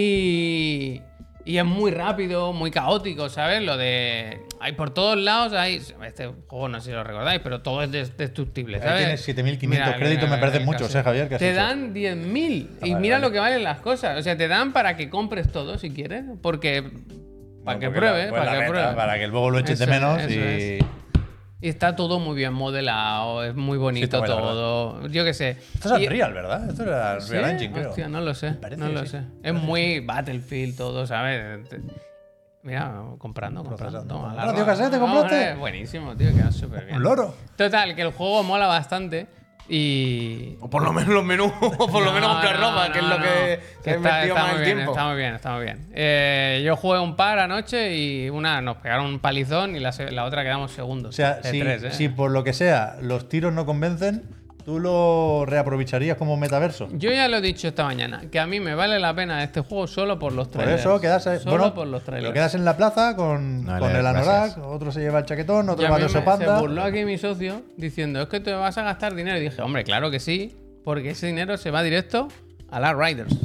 S1: Y, y es muy rápido, muy caótico, ¿sabes? Lo de... Hay por todos lados, hay... Este juego no sé si lo recordáis, pero todo es des- destructible,
S3: Ahí
S1: ¿sabes?
S3: tienes 7500
S1: Mira, mira,
S3: créditos, me
S1: mira,
S3: parecen
S1: mira,
S3: muchos,
S1: casi.
S3: ¿eh, Javier? Que has
S1: Te
S3: hecho.
S1: dan 10.000 y
S3: vale,
S1: mira
S3: vale.
S1: lo que valen las cosas. O sea, te dan para que compres todo si quieres, porque... Para
S3: Bueno,
S1: que
S3: porque
S1: pruebe,
S3: la- pues
S1: para
S3: la
S1: que
S3: meta,
S1: pruebe.
S3: Para que luego lo eches
S1: Eso
S3: de
S1: es,
S3: menos
S1: eso
S3: y.
S1: es. Y está todo muy bien modelado, es muy bonito
S3: guay, la verdad.
S1: todo. Yo qué sé.
S3: Esto es
S1: Y-
S3: Unreal, ¿verdad? Esto era
S1: ¿Sí?
S3: Unreal Engine, creo.
S1: Hostia, no lo sé.
S3: parece
S1: No
S3: que
S1: lo
S3: sí.
S1: sé. Es muy Battlefield todo, ¿sabes? Te- Mira, comprando, comprando.
S3: Procesando.
S1: Toma,
S3: Ah,
S1: la
S3: tío,
S1: roba.
S3: ¿qué haces? ¿Te
S1: No,
S3: compraste?
S1: hombre, Buenísimo, tío, queda súper bien.
S3: Un loro.
S1: Total, que el juego mola bastante y...
S2: O por lo menos los menús, (laughs) o por lo menos
S1: No,
S2: comprar
S1: no,
S2: ropa, que es
S1: no,
S2: lo
S1: no.
S2: que
S1: Que
S2: que he metido más
S1: muy
S2: el
S1: bien,
S2: tiempo.
S1: Está muy bien, está muy bien. Eh, yo jugué un par anoche y una nos pegaron un palizón y la, se- la otra quedamos segundos.
S3: O sea,
S1: de
S3: si,
S1: tres, ¿eh?
S3: si por lo que sea los tiros no convencen, tú lo reaprovecharías como metaverso.
S1: Yo ya lo he dicho esta mañana, que a mí me vale la pena este juego solo por los
S3: Por
S1: trailers.
S3: eso quedas,
S1: Solo
S3: bueno,
S1: por los trailers.
S3: pero quedas en la plaza con,
S2: No,
S3: con
S2: le-
S3: el
S2: gracias.
S3: anorak, otro se lleva el chaquetón,
S1: Y
S3: otro
S1: a
S3: va
S1: mí
S3: de
S1: me-
S3: sopanda.
S1: Se burló aquí mi socio diciendo, es que te vas a gastar dinero. Y dije, hombre, claro que sí, porque ese dinero se va directo a las Riders.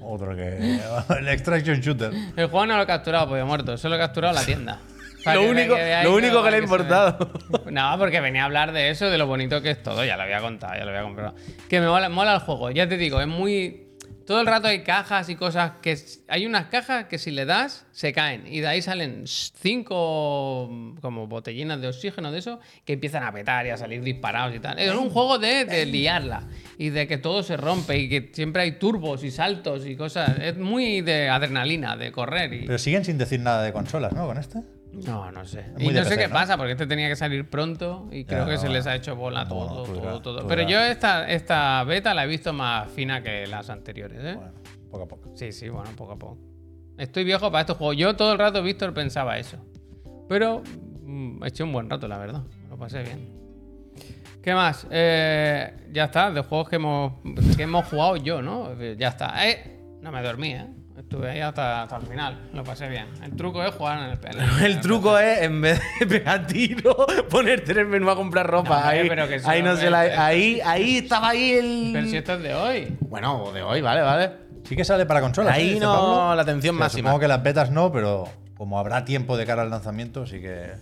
S3: Otro que. (laughs) el extraction shooter.
S1: El juego no lo he capturado, porque muerto, solo he capturado la
S3: (laughs)
S1: tienda. Para
S2: Lo
S1: que
S2: único-
S1: ve- veáis
S2: lo único que le
S1: se
S2: ha
S1: ve.
S2: importado.
S1: (laughs) No, porque venía a hablar de eso, de lo bonito que es todo, ya lo había contado, ya lo había comprado. Que me mola, mola el juego, ya te digo, es muy... Todo el rato hay cajas y cosas que... s- Hay unas cajas que si le das, se caen. Y de ahí salen s- cinco como botellinas de oxígeno de eso que empiezan a petar y a salir disparados y tal. Es un juego de, de liarla y de que todo se rompe y que siempre hay turbos y saltos y cosas. Es muy de adrenalina, de correr y...
S3: Pero siguen sin decir nada de consolas, ¿no? Con este.
S1: No, no sé.
S3: muy
S1: Y
S3: de
S1: no sé
S3: PC,
S1: qué
S3: ¿no?
S1: pasa, porque este tenía que salir pronto y creo
S3: Ya,
S1: que se
S3: no,
S1: les ha hecho bola
S3: no,
S1: todo,
S3: no,
S1: todo,
S3: pues ya,
S1: todo.
S3: pues
S1: Pero
S3: ya.
S1: yo esta, esta beta la he visto más fina que las anteriores, ¿eh?
S3: Bueno, poco a poco.
S1: Sí, sí, bueno, poco a poco. Estoy viejo para estos juegos. Yo todo el rato, Víctor, pensaba eso. Pero mm, eché un buen rato, la verdad. Lo pasé bien. ¿Qué más? Eh, ya está, de juegos que hemos, que hemos jugado yo, ¿no? Eh, Ya está. Eh, no me dormí, ¿eh? Estuve ahí hasta, hasta el final. Lo pasé bien. El truco es jugar en el... en
S3: (laughs)
S1: en
S2: El truco es, en vez de pegar tiro, (laughs) ponerte en el menú a comprar ropa.
S1: No, hombre,
S2: ahí,
S1: pero que eso
S2: ahí
S1: no
S2: no se la.
S1: es-
S2: Ahí, ahí estaba ahí el.
S1: Pero si esto es de hoy.
S2: Bueno, de hoy, vale, vale.
S3: Sí que sale para consolas. ¿eh?
S2: Ahí
S3: Dice
S2: no,
S3: Pablo.
S2: la atención
S3: O sea,
S2: máxima.
S3: Supongo que las betas no, pero como habrá tiempo de cara al lanzamiento, sí que.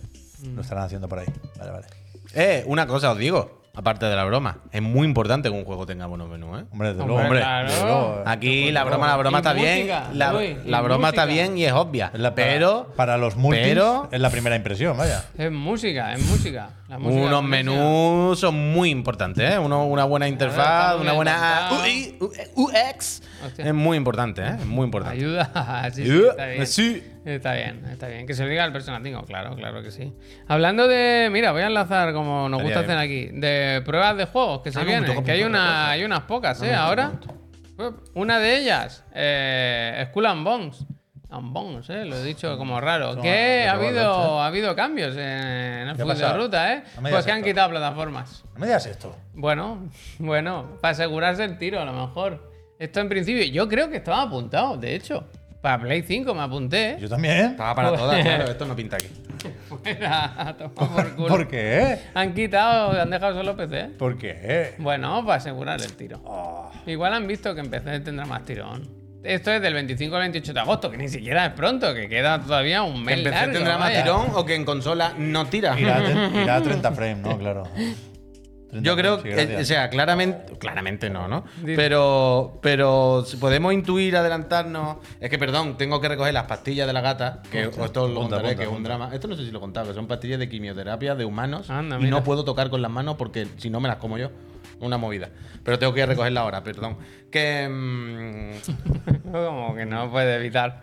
S1: Mm.
S3: Lo estarán haciendo por ahí. Vale, vale.
S2: Eh, una cosa os digo, aparte de la broma. Es muy importante que un juego tenga buenos menús, ¿eh?
S3: Hombre, desde
S1: Hombre,
S3: luego.
S1: claro.
S3: desde luego. eh.
S2: Aquí la broma, la broma
S1: Y
S2: está bien.
S1: música,
S2: La,
S1: Luis,
S2: la
S1: y
S2: broma está
S1: música.
S2: bien y es obvia.
S3: Es la- para-
S2: pero
S3: Para, los multis
S2: pero-
S3: es la primera impresión, vaya.
S1: Es música, es música. La música
S2: unos
S1: es música.
S2: menús son muy importantes, ¿eh? Uno- una buena
S1: está
S2: interfaz,
S1: muy
S2: una buena
S1: montado.
S2: UI, UX.
S1: Hostia.
S2: Es muy importante, ¿eh? Es muy importante. Eh,
S1: Ayuda. (laughs) sí, sí, está bien.
S2: Sí.
S1: Está bien, está bien. Que se lo diga al Persona 5, claro, claro que sí. Hablando de. Mira, voy a enlazar como nos gusta hacer
S2: Estaría
S1: aquí. De pruebas de juegos que se
S2: Ah, no, me
S1: vienen.
S2: toca,
S1: Que
S2: me
S1: hay,
S2: toca, me
S1: una,
S2: toca.
S1: hay unas pocas, ¿eh? Ahora. Una de ellas, eh, Skull and Bones. And Bones, ¿eh? Lo he dicho como raro. Que
S3: me
S1: ha
S3: toca
S1: habido, ha habido cambios en, en el
S3: ¿Qué ha
S1: fútbol de
S3: pasado?
S1: ruta, ¿eh?
S3: No me digas
S1: Pues que han
S3: esto.
S1: quitado plataformas.
S3: No me digas esto.
S1: Bueno, (laughs) bueno, para asegurarse el tiro a lo mejor. Esto en principio, yo creo que estaba apuntado, de hecho. Para Play 5 me apunté. ¿eh? (laughs)
S3: Yo también.
S2: Estaba para todas, claro, esto no pinta aquí.
S1: Fuera, toma
S2: (laughs)
S1: por culo.
S3: ¿Por qué?
S1: Han quitado, han dejado solo PC.
S3: ¿Por qué?
S1: Bueno, para asegurar el tiro.
S2: Ah.
S3: Oh,
S1: Igual han visto que en PC tendrá más tirón. Esto es del 25 al 28 de agosto, que ni siquiera es pronto, que queda todavía un mes
S2: ¿En PC
S1: largo,
S2: tendrá más
S1: vaya.
S2: tirón o que en consola no tira?
S3: irá, a tre- irá a 30 frames, ¿no? Claro. 30
S2: (laughs) Yo creo
S3: frames, sí,
S2: que,
S3: gracias.
S2: o sea, claramente, claramente no, ¿no?
S1: Dice-
S2: Pero, pero si podemos intuir, adelantarnos. Es que, perdón, tengo que recoger las pastillas de la gata, que esto lo
S3: punta,
S2: contaré,
S3: punta,
S2: que es un
S3: punta.
S2: drama. Esto no sé si lo contaba, que son pastillas de quimioterapia de humanos
S1: Anda,
S2: y
S1: mira.
S2: no puedo tocar con las manos porque si no me las como yo. Una movida. Pero tengo que recogerla ahora, perdón. Que.
S1: (laughs)
S2: mm,
S1: Como que no puede evitar.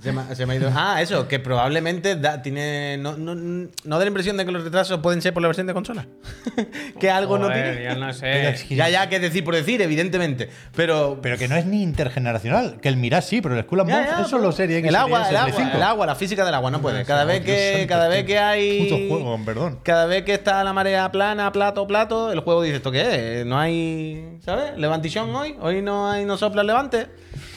S2: se, me, se me ha ido. Ah, eso, que probablemente da- tiene. No, no, no da la impresión de que los retrasos pueden ser por la versión de consola. (laughs) que algo no
S1: Joder,
S2: tiene.
S1: Yo no
S3: Pero
S1: sé.
S3: es que-
S2: Ya, ya, que decir por decir, evidentemente. Pero.
S3: Pero que no es ni intergeneracional. Que el Mirá sí, pero el Skull and
S2: Ya,
S3: Bones
S2: ya,
S3: es solo serie X.
S2: el agua, el
S3: serie S,
S2: agua,
S3: Play cinco.
S2: el agua, la física del agua no puede. Cada vez
S3: Dios
S2: que,
S3: santo,
S2: cada vez
S3: qué
S2: que hay.
S3: Puto juego, con perdón.
S2: Cada vez que está la marea plana, plato, plato, el juego dice, ¿esto qué es? No hay, ¿sabes? Levantición hoy, hoy no hay, no sopla el levante.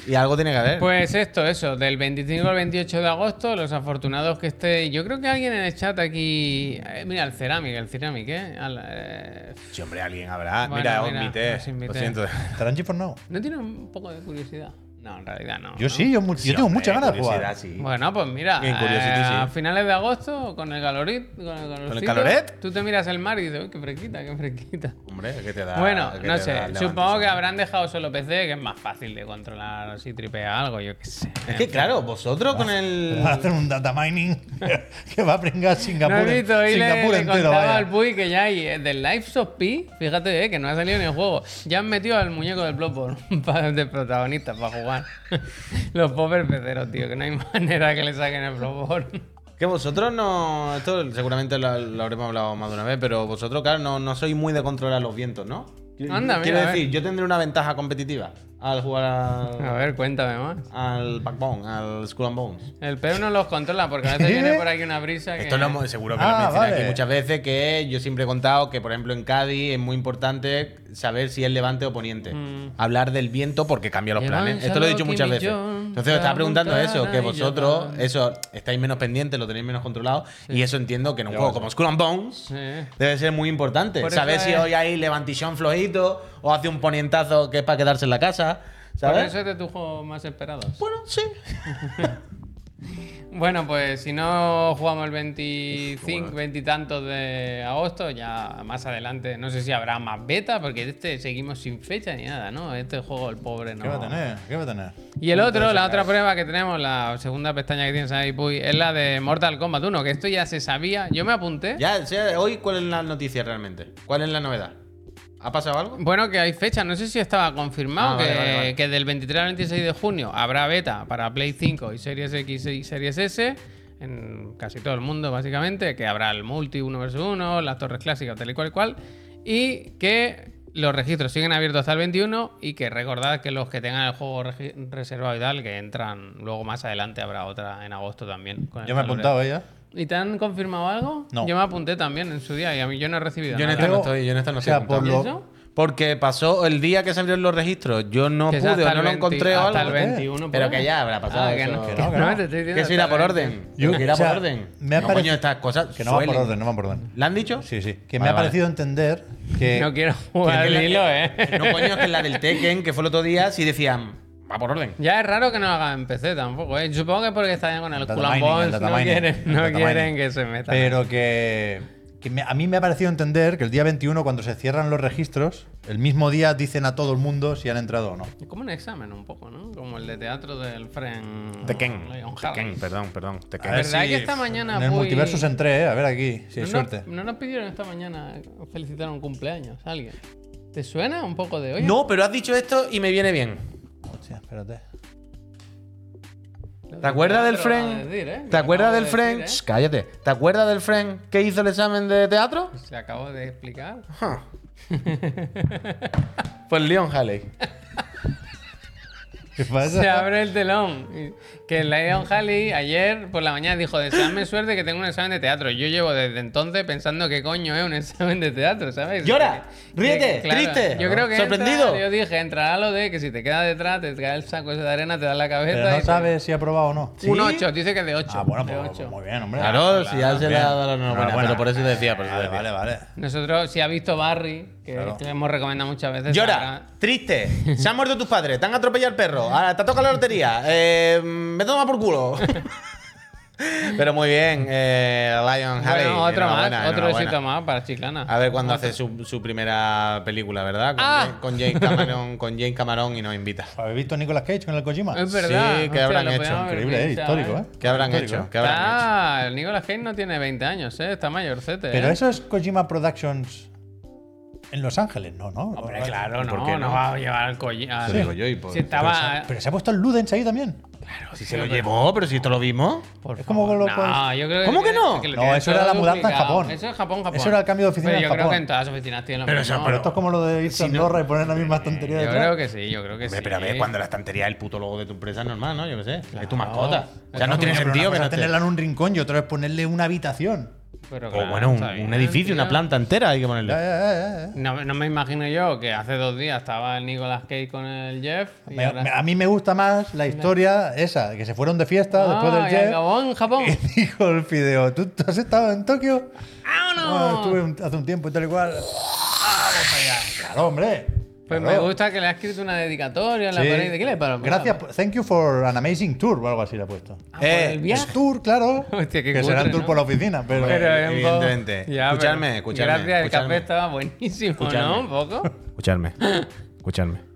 S2: Y algo tiene que haber.
S1: Pues esto, eso, del 25 al 28 de agosto, los afortunados que esté. Yo creo que alguien en el chat aquí. eh, mira, el Ceramic, el Ceramic, ¿eh? Al- eh,
S2: Sí, hombre, alguien habrá.
S1: Bueno,
S2: mira, os
S1: mira,
S2: invité.
S1: os invité.
S2: Lo siento.
S3: ¿Estarán en G4Now?
S1: ¿No tiene un poco de curiosidad? No, en realidad no.
S3: Yo
S1: ¿no?
S3: sí, yo, mu- yo tengo muchas ganas de
S2: Curiosidad,
S3: jugar. (laughs)
S2: sí.
S1: Bueno, pues mira,
S2: En Curiosity,
S1: eh,
S2: sí.
S1: a finales de agosto, con el calorit, con el, calorcito,
S2: caloret?
S1: tú te miras el mar y dices, uy, qué fresquita, qué fresquita.
S2: Hombre, es que te da.
S1: bueno,
S2: Ah, que
S1: no
S2: te da
S1: sé,
S2: el
S1: supongo que
S2: levantición.
S1: habrán dejado solo PC, que es más fácil de controlar si tripea algo, yo qué sé.
S2: Es que claro, vosotros con
S3: (laughs)
S2: el.
S3: Van a hacer un data mining (laughs) que va a pringar Singapur,
S1: No he visto, y le,
S3: Singapur
S1: le
S3: entero.
S1: contaba
S3: vaya.
S1: al Puy que ya hay eh, del Life of Pi, fíjate, eh, que no ha salido ni el juego. Ya han metido al muñeco del Bloodborne (laughs) pa- de protagonista para jugar. (laughs) Los pobres peceros, tío, que no hay (laughs) manera que le saquen el Bloodborne. (laughs)
S2: Que vosotros no. Esto seguramente lo, lo habremos hablado más de una vez, pero vosotros, claro, no, no sois muy de controlar los vientos, ¿no? Qui-
S1: Anda,
S2: Quiero
S1: mira, a
S2: decir, yo tendré una ventaja competitiva al jugar
S1: A
S2: a-
S1: ver, cuéntame más.
S2: al Backbone, al Skull and Bones.
S1: El Pep no los controla porque a veces
S3: (laughs) ¿Qué?
S1: viene por aquí una brisa que...
S2: Esto lo hemos, seguro que lo
S3: Ah,
S2: he mencionado
S3: vale.
S2: aquí muchas veces, que yo siempre he contado que, por ejemplo, en Cádiz es muy importante saber si es levante o poniente. Hablar del viento porque cambia los
S1: Mm. Llevan
S2: planes. Esto lo he dicho
S1: Saloki
S2: muchas veces.
S1: Millón,
S2: Entonces os estaba preguntando
S1: Tramontana
S2: eso, que
S1: y
S2: vosotros
S1: Llevan.
S2: eso estáis menos pendientes, lo tenéis menos controlado. Y eso entiendo que en un juego como Skull and Bones
S1: Sí.
S2: debe ser muy importante.
S1: Por eso
S2: saber si
S1: es-
S2: hoy hay levantillón flojito o hace un ponientazo que es para quedarse en la casa.
S1: Por
S2: ¿Sabes?
S1: eso es de tus juegos más esperados.
S2: Bueno, sí.
S1: Bueno, pues si no jugamos el 25, 20 y tantos de agosto, ya más adelante, no sé si habrá más beta, porque de este seguimos sin fecha ni nada, ¿no? Este juego, el pobre, no.
S3: ¿Qué va a tener? ¿Qué va a tener?
S1: Y el otro, la otra prueba que tenemos, la segunda pestaña que tienes ahí, Puy, es la de Mortal Kombat 1, que esto ya se sabía. Yo me apunté.
S2: Ya, o sea, hoy, ¿cuál es la noticia realmente? ¿Cuál es la novedad? ¿Ha pasado algo?
S1: Bueno, que hay fecha, no sé si estaba confirmado
S2: Ah,
S1: que,
S2: vale, vale, vale.
S1: que del 23 al 26 de junio habrá beta para Play 5 y Series X y Series S en casi todo el mundo, básicamente, que habrá el multi 1 vs 1, las torres clásicas, tal y cual y cual, y que los registros siguen abiertos hasta el 21 y que recordad que los que tengan el juego regi- reservado y tal, que entran luego más adelante, habrá otra en agosto también. con el
S3: Yo me he
S1: calor.
S3: apuntado ella.
S1: ¿Y te han confirmado algo?
S3: No. este
S1: Yo me apunté también en su día y a mí yo no he recibido
S2: Yo en
S1: nada.
S2: esta no
S3: Creo-
S2: estoy, yo en esta no
S3: o
S2: estoy.
S3: sea, por
S1: ¿Y
S2: apuntado.
S3: lo-
S1: eso?
S2: Porque pasó el día que salieron los registros. Yo no
S1: Que es
S2: pude,
S1: hasta
S2: o
S1: el
S2: no lo
S1: 20,
S2: encontré o
S1: hasta
S2: algo.
S1: el 21
S2: Pero
S1: por ahí.
S2: que ya habrá pasado
S1: Ah, que no,
S2: eso.
S1: que
S3: no, que no.
S1: te estoy diciendo
S2: Que eso irá
S1: hasta
S2: por
S1: el
S2: orden.
S1: 20.
S3: Yo-
S2: que irá
S3: o sea,
S2: por orden.
S3: me ha
S2: No,
S3: parecido-
S2: coño, estas cosas
S3: Que no va por
S2: suelen.
S3: orden, no va por orden.
S2: ¿La han dicho?
S3: Sí, sí. Que me
S2: Vale,
S3: ha
S2: vale.
S3: parecido entender que.
S1: No quiero jugar
S2: Que
S1: al
S2: es que la-
S1: hilo, eh.
S2: No, coño, es que la del Tekken, que fue el otro día, sí decían. va por orden.
S1: Ya es raro que no lo haga en PC tampoco, ¿eh? Supongo que porque están con el
S3: Data
S1: culan
S3: mining, el
S1: balls,
S3: data
S1: no
S3: mining,
S1: quieren,
S3: el
S1: no
S3: data
S1: quieren
S3: mining. Eh,
S1: que se metan.
S3: Pero que, que me- a mí me ha parecido entender que el día 21, cuando se cierran los registros, el mismo día dicen a todo el mundo si han entrado o no.
S1: Como un examen un poco, ¿no? Como el de teatro del Fren...
S2: Tekken.
S1: Leon Harris.
S2: Tekken, perdón, perdón.
S3: A
S2: Tekken.
S3: ver
S1: ¿Verdad que esta mañana
S3: En el
S1: fui-
S3: multiversus entré, ¿eh? a ver aquí, si hay
S1: no,
S3: suerte.
S1: Nos, no nos pidieron esta mañana felicitar un cumpleaños a alguien. ¿Te suena un poco de hoy?
S2: No, pero has dicho esto y me viene bien.
S3: Hostia, espérate.
S2: ¿Te acuerdas del
S1: friend?
S2: friend?
S1: ¿eh?
S2: ¿Te acuerdas del friend? Shh, Cállate. ¿Te acuerdas del friend que hizo el examen de teatro?
S1: Se acabo de
S3: (laughs)
S1: explicar.
S2: Huh. Pues Leon Haley.
S3: ¿Qué pasa?
S1: Se abre el telón. Que Leon Halley ayer por la mañana dijo, deseadme suerte que tengo un examen de teatro. Yo llevo desde entonces pensando qué coño es un (laughs) examen de teatro, ¿sabes?
S2: Llora,
S1: Que-
S2: ríete,
S1: que,
S2: triste,
S1: Yo creo que entra-
S2: sorprendido.
S1: yo dije, entrará lo de que si te quedas detrás, te cae el saco ese de arena, te da en la cabeza.
S3: Pero
S1: y
S3: no
S1: te-
S3: sabes si ha probado o no.
S1: Un 8, dice que de 8.
S3: Ah, bueno,
S1: de
S3: pues,
S1: ocho.
S3: muy bien, hombre.
S1: Ah,
S2: Claro, si ya se le
S3: bien.
S2: ha dado la enhorabuena.
S3: Enhorabuena.
S2: Pero por eso te decía, por eso te
S3: Vale,
S2: decía.
S3: vale, vale.
S1: Nosotros, si ha visto Barry, que
S3: Claro.
S1: te hemos recomendado muchas veces.
S2: Llora,
S1: sabrá-
S2: triste, se han muerto tus padres, te han atropellado el perro, ahora te ha tocado la lotería, eh, me toma por culo. (laughs) Pero muy bien, eh, Lion Harry.
S1: Bueno, otro
S2: enhorabuena,
S1: más, otro
S2: enhorabuena.
S1: éxito más para Chiclana.
S3: Ah,
S2: A ver cuándo hace su, su primera película, ¿verdad? Con,
S1: Ah.
S2: Jane- con James Cameron, con James Cameron y nos invita.
S3: ¿Habéis visto a Nicolas Cage con el Kojima?
S1: Es verdad.
S2: Sí, ¿qué
S1: hostia,
S2: habrán
S1: lo
S2: hecho?
S1: podíamos haber
S3: Increíble, ¿eh?
S1: pinchado,
S3: histórico, ¿eh?
S2: ¿Qué habrán
S3: Histórico,
S2: hecho?
S3: ¿eh?
S2: ¿Qué habrán hecho?
S1: Ah, el Nicolas Cage no tiene 20 años, ¿eh? Está mayorcete.
S3: Pero
S1: ¿eh?
S3: eso es Kojima Productions en Los Ángeles, no, no.
S1: Hombre,
S3: Ahora-
S1: claro,
S2: ¿Por
S1: no,
S2: qué
S1: no?
S2: no?
S1: va a llevar al collín.
S2: digo yo, y por-
S1: Si estaba.
S3: Pero se ha puesto el Ludens ahí también.
S2: Si se lo llevó, pero si esto lo vimos.
S1: Por
S3: es como
S1: favor,
S3: lo cual-
S1: no, yo creo que
S2: ¿Cómo
S1: lo
S2: que
S1: tiene-
S2: no?
S1: lo
S3: No,
S1: tiene
S3: eso era
S1: todo
S3: la mudanza en
S1: duplicado.
S3: Japón.
S1: Eso es Japón, Japón.
S3: Eso era el cambio de oficina
S1: Pero
S3: en
S1: yo creo
S3: Japón.
S1: que en todas las oficinas tienen lo
S2: Pero
S1: mismo.
S2: eso-
S3: Pero esto es como lo de irse a
S2: Si no-
S3: Andorra y poner la misma tontería
S1: Yo
S3: detrás.
S1: creo que sí, yo creo que sí.
S2: Hombre, Pero a ver, cuando la estantería es el puto logo de tu empresa es normal, ¿no? Yo qué sé. Es tu mascota. O sea, no tiene
S3: Coño, pero una
S2: sentido que
S3: cosa
S2: no
S3: es
S2: esté-
S3: tenerla en un rincón y otra es ponerle una habitación.
S1: Pero
S2: O
S1: claro,
S2: bueno, un,
S1: está bien,
S2: un edificio, una
S1: tío.
S2: planta entera hay que
S3: Ya,
S2: ponerle.
S3: ya, ya, ya.
S1: No, no me imagino yo que hace dos días estaba el Nicolas Cage con el Jeff. y
S3: Me-
S1: ahora-
S3: me- a mí me gusta más la historia esa, que se fueron de fiesta después del
S1: Ah, y
S3: Jeff.
S1: acabó en Japón.
S3: (laughs) Y dijo el fideo, ¿tú tú has estado en Tokio? Ah,
S1: ¡Vámonos!
S3: estuve un- hace un tiempo y tal y cual. Ah, vamos para allá. Claro, hombre.
S1: Pues me
S3: Claro.
S1: gusta que le ha escrito una dedicatoria en la
S3: Sí.
S1: pared. ¿De qué le paro?
S3: Gracias, por- thank you for an amazing tour o algo así le ha puesto.
S1: Ah, por
S2: Eh,
S1: el viaje.
S3: Tour, claro.
S1: (laughs) Hostia, qué
S3: que será
S1: cutre,
S3: tour
S1: ¿no?
S3: por la oficina, pero.
S1: Pero es un poco-
S2: evidentemente.
S1: Ya,
S2: Escuchadme,
S1: pero
S2: escuchadme,
S1: Gracias, el
S2: escuchadme.
S1: café estaba buenísimo, ¿no?
S2: Escuchadme.
S1: Un poco.
S2: Escuchadme, escuchadme.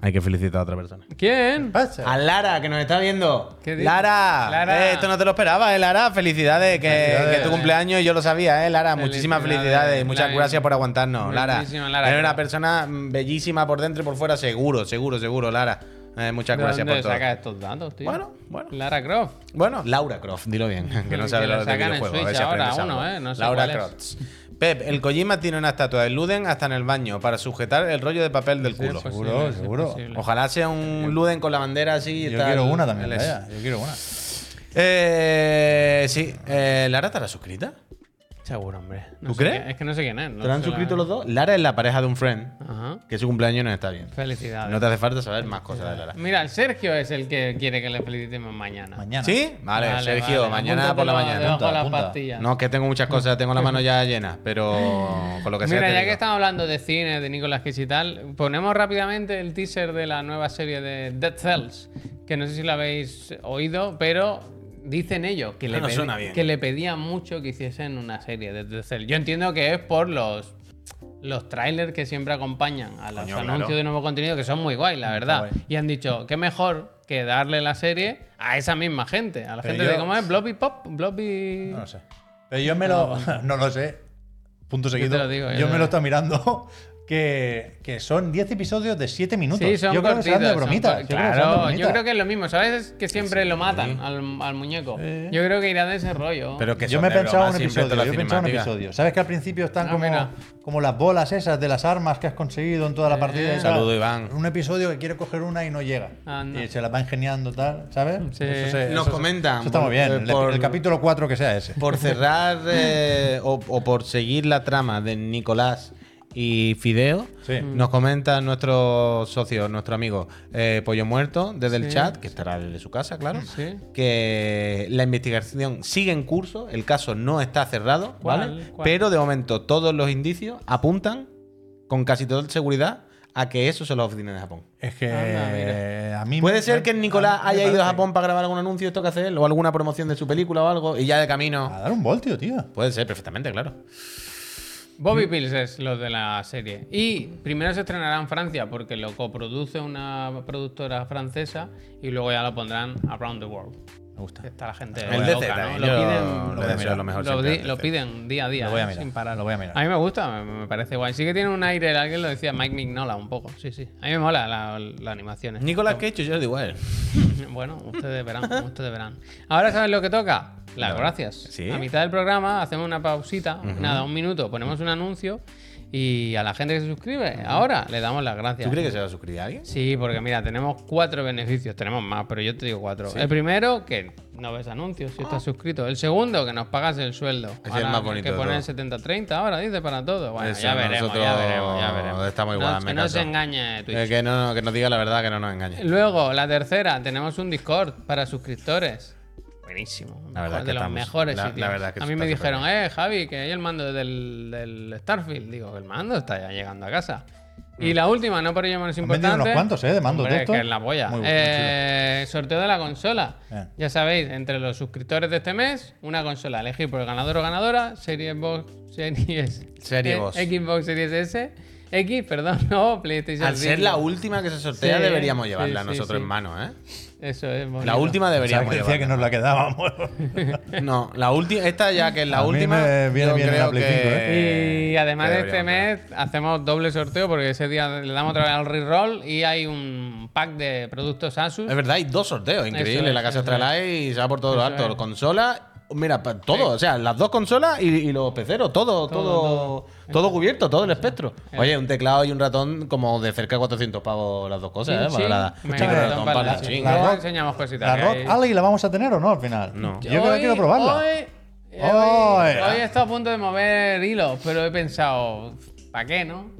S2: Hay que felicitar a otra persona. (laughs)
S1: ¿Quién?
S3: pasa?
S2: A Lara, que nos está viendo.
S1: ¿Qué dices?
S2: Lara,
S1: Lara.
S2: eh, esto no te lo esperaba, eh, Lara. Felicidades, que,
S3: Felicidades.
S2: que tu cumpleaños yo lo sabía, eh, Lara. Muchísimas
S1: Felicidades,
S2: felicidades y muchas
S1: Lara.
S2: gracias por aguantarnos, Lara.
S1: Muchísimas, Lara.
S2: Eres una persona mm, bellísima por dentro y por fuera, seguro, seguro, seguro, Lara. Eh, muchas
S1: ¿De
S2: gracias
S1: dónde
S2: por todo.
S1: sacas estos datos, tío?
S2: Bueno, bueno.
S1: Lara Croft.
S2: Bueno, Laura Croft,
S1: (laughs)
S2: dilo bien, que no
S1: Que
S2: sabe
S1: lo
S2: lo de
S1: sacan en
S2: videojuegos.
S1: Switch
S2: a ver si
S1: ahora,
S2: aprendes
S1: uno,
S2: algo.
S1: eh, no sé
S2: Laura
S1: cuál es.
S2: Croft. Pep, el Kojima tiene una estatua de Luden hasta en el baño para sujetar el rollo de papel del culo.
S1: Sí, es
S3: seguro,
S1: posible, es
S3: seguro.
S1: posible.
S2: Ojalá sea un Luden con la bandera así. y
S3: Yo
S2: tal,
S3: quiero una también,
S2: el-
S3: vaya, yo quiero una.
S2: Eh, sí, eh, ¿Lara estará suscrita?
S1: Seguro, hombre. No
S2: ¿Tú
S1: sé
S2: crees?
S1: quién- Es que no sé quién es. no
S2: ¿Estarán
S1: sé la-
S2: suscritos los dos? Lara es la pareja de un friend,
S1: Ajá.
S2: que su cumpleaños no está bien.
S1: Felicidades.
S2: No te hace falta saber más cosas de Lara.
S1: Mira, el Sergio es el que quiere que le felicitemos mañana.
S3: Mañana.
S2: ¿Sí? Vale,
S1: Vale,
S2: Sergio,
S1: vale.
S2: mañana por
S1: Apúntatelo
S2: la mañana.
S1: Debajo de la
S3: Apunta,
S1: pastilla.
S2: No, que tengo muchas cosas, tengo
S3: Pues
S2: la mano ya llena, pero
S1: (laughs)
S2: con lo que sea.
S1: Mira,
S2: te
S1: ya
S2: digo.
S1: que estamos hablando de cine, de Nicolas Cage y tal, ponemos rápidamente el teaser de la nueva serie de Dead Cells, que no sé si la habéis oído, pero dicen ellos que le,
S2: No, no
S1: pedi-
S2: suena bien.
S1: que le pedían mucho que hiciesen una serie de Dead Cells. Yo entiendo que es por los los trailers que siempre acompañan a los
S2: Coño,
S1: anuncios
S2: claro.
S1: de nuevo contenido, que son muy guay, la verdad.
S3: guay.
S1: Y han dicho, qué mejor que darle la serie a esa misma gente, a la
S3: Pero
S1: gente
S3: yo-
S1: de cómo es, Blobby Pop, Blobby...
S3: No lo sé. Pero yo me lo. No lo sé. Punto seguido.
S1: te lo digo, yo
S3: yo
S1: te
S3: me
S1: lo-
S3: lo estoy mirando. Que, que son 10 episodios de 7 minutos.
S1: Sí, son
S3: yo creo que se
S1: cortitos,
S3: dan de
S1: son cor-
S3: bromitas. yo creo que se dan de
S1: claro, yo
S3: bromitas.
S1: creo que es lo mismo. ¿Sabes? Es que siempre lo matan al, al muñeco.
S3: Sí.
S1: Yo creo que irá de ese rollo.
S2: Pero que
S3: yo
S2: son
S3: me he
S2: de
S3: pensado
S2: broma,
S3: un
S2: siempre
S3: episodio,
S2: toda la
S3: yo he pensado un
S2: cinemática.
S3: episodio. ¿Sabes que al principio están
S1: Ah, mira.
S3: como, como las bolas esas de las armas que has conseguido en toda la partida? y tal?
S2: Saludo, Iván.
S3: Un episodio que quiere coger una y no llega.
S1: Anda.
S3: Y se la va ingeniando tal, ¿sabes?
S1: Sí.
S3: se-
S2: Nos comentan
S3: Eso está muy bien.
S2: por-
S3: El-
S2: por-
S3: el, capítulo 4 que sea ese.
S2: Por
S3: (laughs)
S2: cerrar eh, o, o por seguir la trama de Nicolás y Fideo,
S3: Sí.
S2: nos comenta nuestro socio, nuestro amigo eh, Pollo Muerto, desde el
S1: Sí.
S2: chat, que estará desde su casa, claro,
S1: Sí.
S2: que la investigación sigue en curso, el caso no está cerrado,
S1: ¿Cuál?
S2: ¿vale?
S1: ¿Cuál?
S2: Pero de momento todos los indicios apuntan con casi toda seguridad a que eso se lo oficina de Japón.
S3: Es que
S1: Anda,
S3: eh, a mí
S2: Puede
S3: me-
S2: ser que el Nicolás
S3: a mí me
S2: haya ido a
S3: parece
S2: Japón para grabar algún anuncio de esto que hace él, o alguna promoción de su película o algo, y ya de
S3: que- A
S2: camino.
S3: dar un voltio, tío.
S2: Puede ser, perfectamente, claro.
S1: Bobby Pills es lo de la serie. Y primero se estrenará en Francia porque lo coproduce una productora francesa y luego ya lo pondrán around the world.
S3: Me gusta.
S1: Está la gente
S2: El
S1: loca,
S2: DC
S1: ¿no?
S2: también,
S1: Lo
S2: yo
S1: piden,
S2: le
S1: lo,
S2: deseo lo mejor siempre
S1: di-
S2: al
S1: lo
S2: DC.
S1: piden día a día,
S3: Lo voy a
S1: ¿eh?
S3: mirar,
S1: sin parar.
S3: lo voy a mirar.
S1: mí me gusta, me, me parece guay. Sí que tiene un aire, alguien lo decía, Mike Mignola un poco. Sí, sí. A mí me mola la, la animación. esta.
S2: Nicolás, ¿qué he hecho? Yo lo digo a él.
S1: (laughs) Bueno, ustedes verán, ustedes verán. Ahora, ¿sabes lo que toca? Las gracias.
S2: Sí.
S1: A mitad del programa hacemos una pausita, nada, un minuto, ponemos un anuncio y a la gente que se suscribe, ahora le damos las gracias.
S2: ¿Tú crees que se va a suscribir a alguien?
S1: Sí, porque mira, tenemos cuatro beneficios, tenemos más, pero yo te digo cuatro. El primero, que no ves anuncios si estás suscrito. El segundo, que nos pagas el sueldo.
S2: es el más bonito
S1: Que
S2: de
S1: poner el
S2: todo.
S1: 70-30 ahora, dice, para todo. Bueno,
S2: Eso,
S1: ya veremos, ya
S2: nosotros
S1: veremos, ya veremos.
S2: estamos
S1: No-
S2: igual, me
S1: que no
S2: caso.
S1: se engañe Twitch.
S2: Eh, que, no, que nos diga la verdad, que no nos engañe.
S1: Luego, la tercera, tenemos un Discord para suscriptores. Buenísimo.
S2: La verdad
S1: de
S2: que
S1: los
S2: estamos-
S1: mejores
S2: la- la
S1: sitios.
S2: verdad que
S1: A
S2: eso
S1: mí
S2: está
S1: me
S2: súper
S1: dijeron, eh, Javi, que hay el mando del, del Starfield. Digo, el mando está ya llegando a casa.
S2: Mm.
S1: Y la última, no por ello menos
S3: vendido
S1: importante.
S3: unos cuantos, eh, de mandos
S1: Hombre,
S3: de estos.
S1: Que es la polla.
S3: Muy bu- muy
S1: Eh, sorteo de la consola.
S3: Bien.
S1: Ya sabéis, entre los suscriptores de este mes, una consola. Elegir por el ganador o ganadora, Series Box, Series,
S2: Serie
S1: eh,
S2: Box.
S1: Xbox Series S, X, perdón, (laughs) no, PlayStation
S2: Al ser la
S1: cinco.
S2: última que se sortea,
S1: Sí,
S2: deberíamos
S1: sí,
S2: llevarla
S1: sí,
S2: nosotros
S1: sí.
S2: en mano, ¿eh?
S1: Eso es bonito.
S2: La última
S3: Pensaba
S2: deberíamos
S3: que decía que
S2: llevarla.
S3: nos la (laughs) quedábamos.
S2: No, la última, esta ya que es la
S3: A mí
S2: última.
S3: me viene
S2: yo
S3: bien
S2: creo
S3: la Play
S2: que-
S3: cinco, Eh,
S1: Y además
S2: que
S1: de este
S2: deberíamos
S1: mes hacemos doble sorteo porque ese día le damos otra vez al reroll y hay un pack de productos Asus.
S2: Es verdad, hay dos sorteos, increíble.
S1: es,
S2: la
S1: eso
S2: casa Astralife y se va por todo lo
S1: Eso
S2: alto.
S1: es.
S2: Consola, mira, pa- todo, o sea, las dos consolas y, y los peceros, todo, todo, todo, cubierto, todo el espectro. Oye, un teclado y un ratón como de cerca de 400 pavos las dos cosas, ¿eh?
S1: Chin, chin.
S2: Valoradas.
S1: Venga,
S2: Micro
S3: perdón,
S2: ratón
S1: vale,
S2: para la
S1: sí.
S2: chin.
S3: La
S1: Luego
S3: Rock-
S1: enseñamos cositas.
S3: ¿La
S1: que
S3: Rock
S1: hay.
S3: Alley la vamos a tener o no al final?
S2: No.
S3: Yo que la quiero probarla.
S1: Hoy, eh, hoy,
S3: Hoy.
S1: hoy he estado a punto de mover hilos, pero he pensado, ¿para qué, no?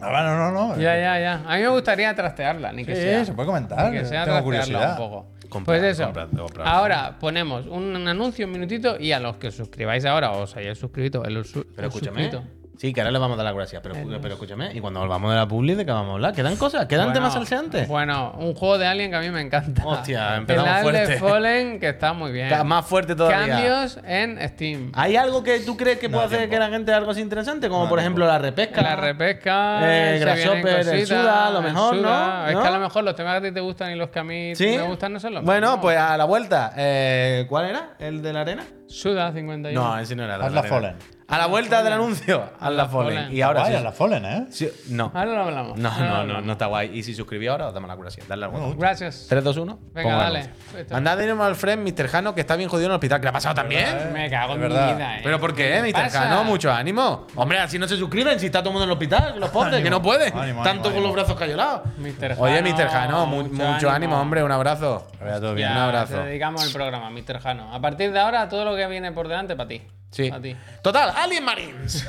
S3: Ah, bueno, no, no.
S1: Ya, ya, ya. A mí me gustaría trastearla, ni que
S3: Sí,
S1: sea.
S3: se puede comentar,
S1: Ni que sea
S3: tengo
S1: trastearla
S3: curiosidad.
S1: un poco.
S2: Comprad,
S1: pues eso.
S2: comprad, comprad.
S1: Ahora ponemos un anuncio, un minutito, y a los que os suscribáis ahora, o os hayáis suscrito, el, usu-
S2: Pero
S1: el
S2: escúchame.
S1: suscrito. Eh,
S2: Sí, que ahora le vamos a dar las gracias, pero, pero escúchame. Y cuando volvamos de la publi, ¿de qué vamos a hablar? ¿Quedan cosas? ¿Quedan
S1: Bueno,
S2: temas salseantes?
S1: Bueno, un juego de Alien que a mí me encanta.
S2: Hostia, empezamos
S1: (laughs) El Alien
S2: fuerte. (laughs)
S1: Fallen, que está muy bien.
S2: Está Más fuerte todavía. Ah,
S1: Cambios en Steam.
S2: ¿Hay algo que tú crees que
S3: No
S2: pueda
S3: da
S2: hacer
S3: tiempo.
S2: que la gente algo así interesante? Como
S3: da
S2: por
S3: tiempo.
S2: ejemplo la repesca.
S1: La repesca,
S2: Eh,
S1: se vienen
S2: Grasshopper, el
S1: cositas,
S2: Suda, a lo
S1: el
S2: mejor,
S1: Suda.
S2: ¿no?
S1: Es
S2: ¿No?
S1: que a lo mejor los temas que a ti te gustan y los que a mí
S2: ¿Sí?
S1: me gustan no son los
S2: Bueno,
S1: mismos.
S2: pues a la vuelta. eh, ¿Cuál era? ¿El de la arena?
S1: Suda 51.
S2: pues- No, eh. ese no era. el de
S3: Haz la
S2: arena.
S3: Fallen.
S2: A la vuelta del anuncio. Haz la Fallen.
S1: Fallen. Ah.
S2: Y ahora
S3: Vaya,
S2: sí.
S3: la Fallen, ¿eh?
S2: Sí, No.
S1: Ahora lo hablamos.
S2: No,
S1: ahora lo
S2: no, no,
S1: hablamos.
S2: no está guay. Y si suscribí ahora, os damos la curación. Dale la vuelta.
S1: Gracias.
S2: 3, 2, 1.
S1: Venga, dale. Esto.
S2: Mandad dinero al friend, Mr. Jano, que está bien jodido en el hospital. ¿Qué le ha pasado también?
S1: Me cago en mi
S3: verdad.
S1: vida, eh.
S2: ¿Pero por qué, Mr.
S1: pasa?
S2: Jano? Mucho ánimo. Hombre, así no se suscriben si está todo el mundo en el hospital, los pobres, que
S3: Ánimo,
S2: no puede.
S3: ánimo,
S2: Tanto con
S3: ánimo,
S2: los
S3: ánimo.
S2: brazos cayolados.
S1: Mr.
S2: Oye,
S1: Jano,
S2: Mr. Jano, mu-
S1: mucho
S2: mucho,
S1: ánimo.
S2: ánimo, hombre, un abrazo.
S3: Que vaya todo
S1: Ya,
S3: bien.
S2: Un abrazo.
S1: Te dedicamos el programa, Mr. Jano. A partir de ahora, todo lo que viene por delante, para ti.
S2: Sí.
S1: Pa' ti.
S2: Total,
S1: (laughs)
S2: Alien Marines.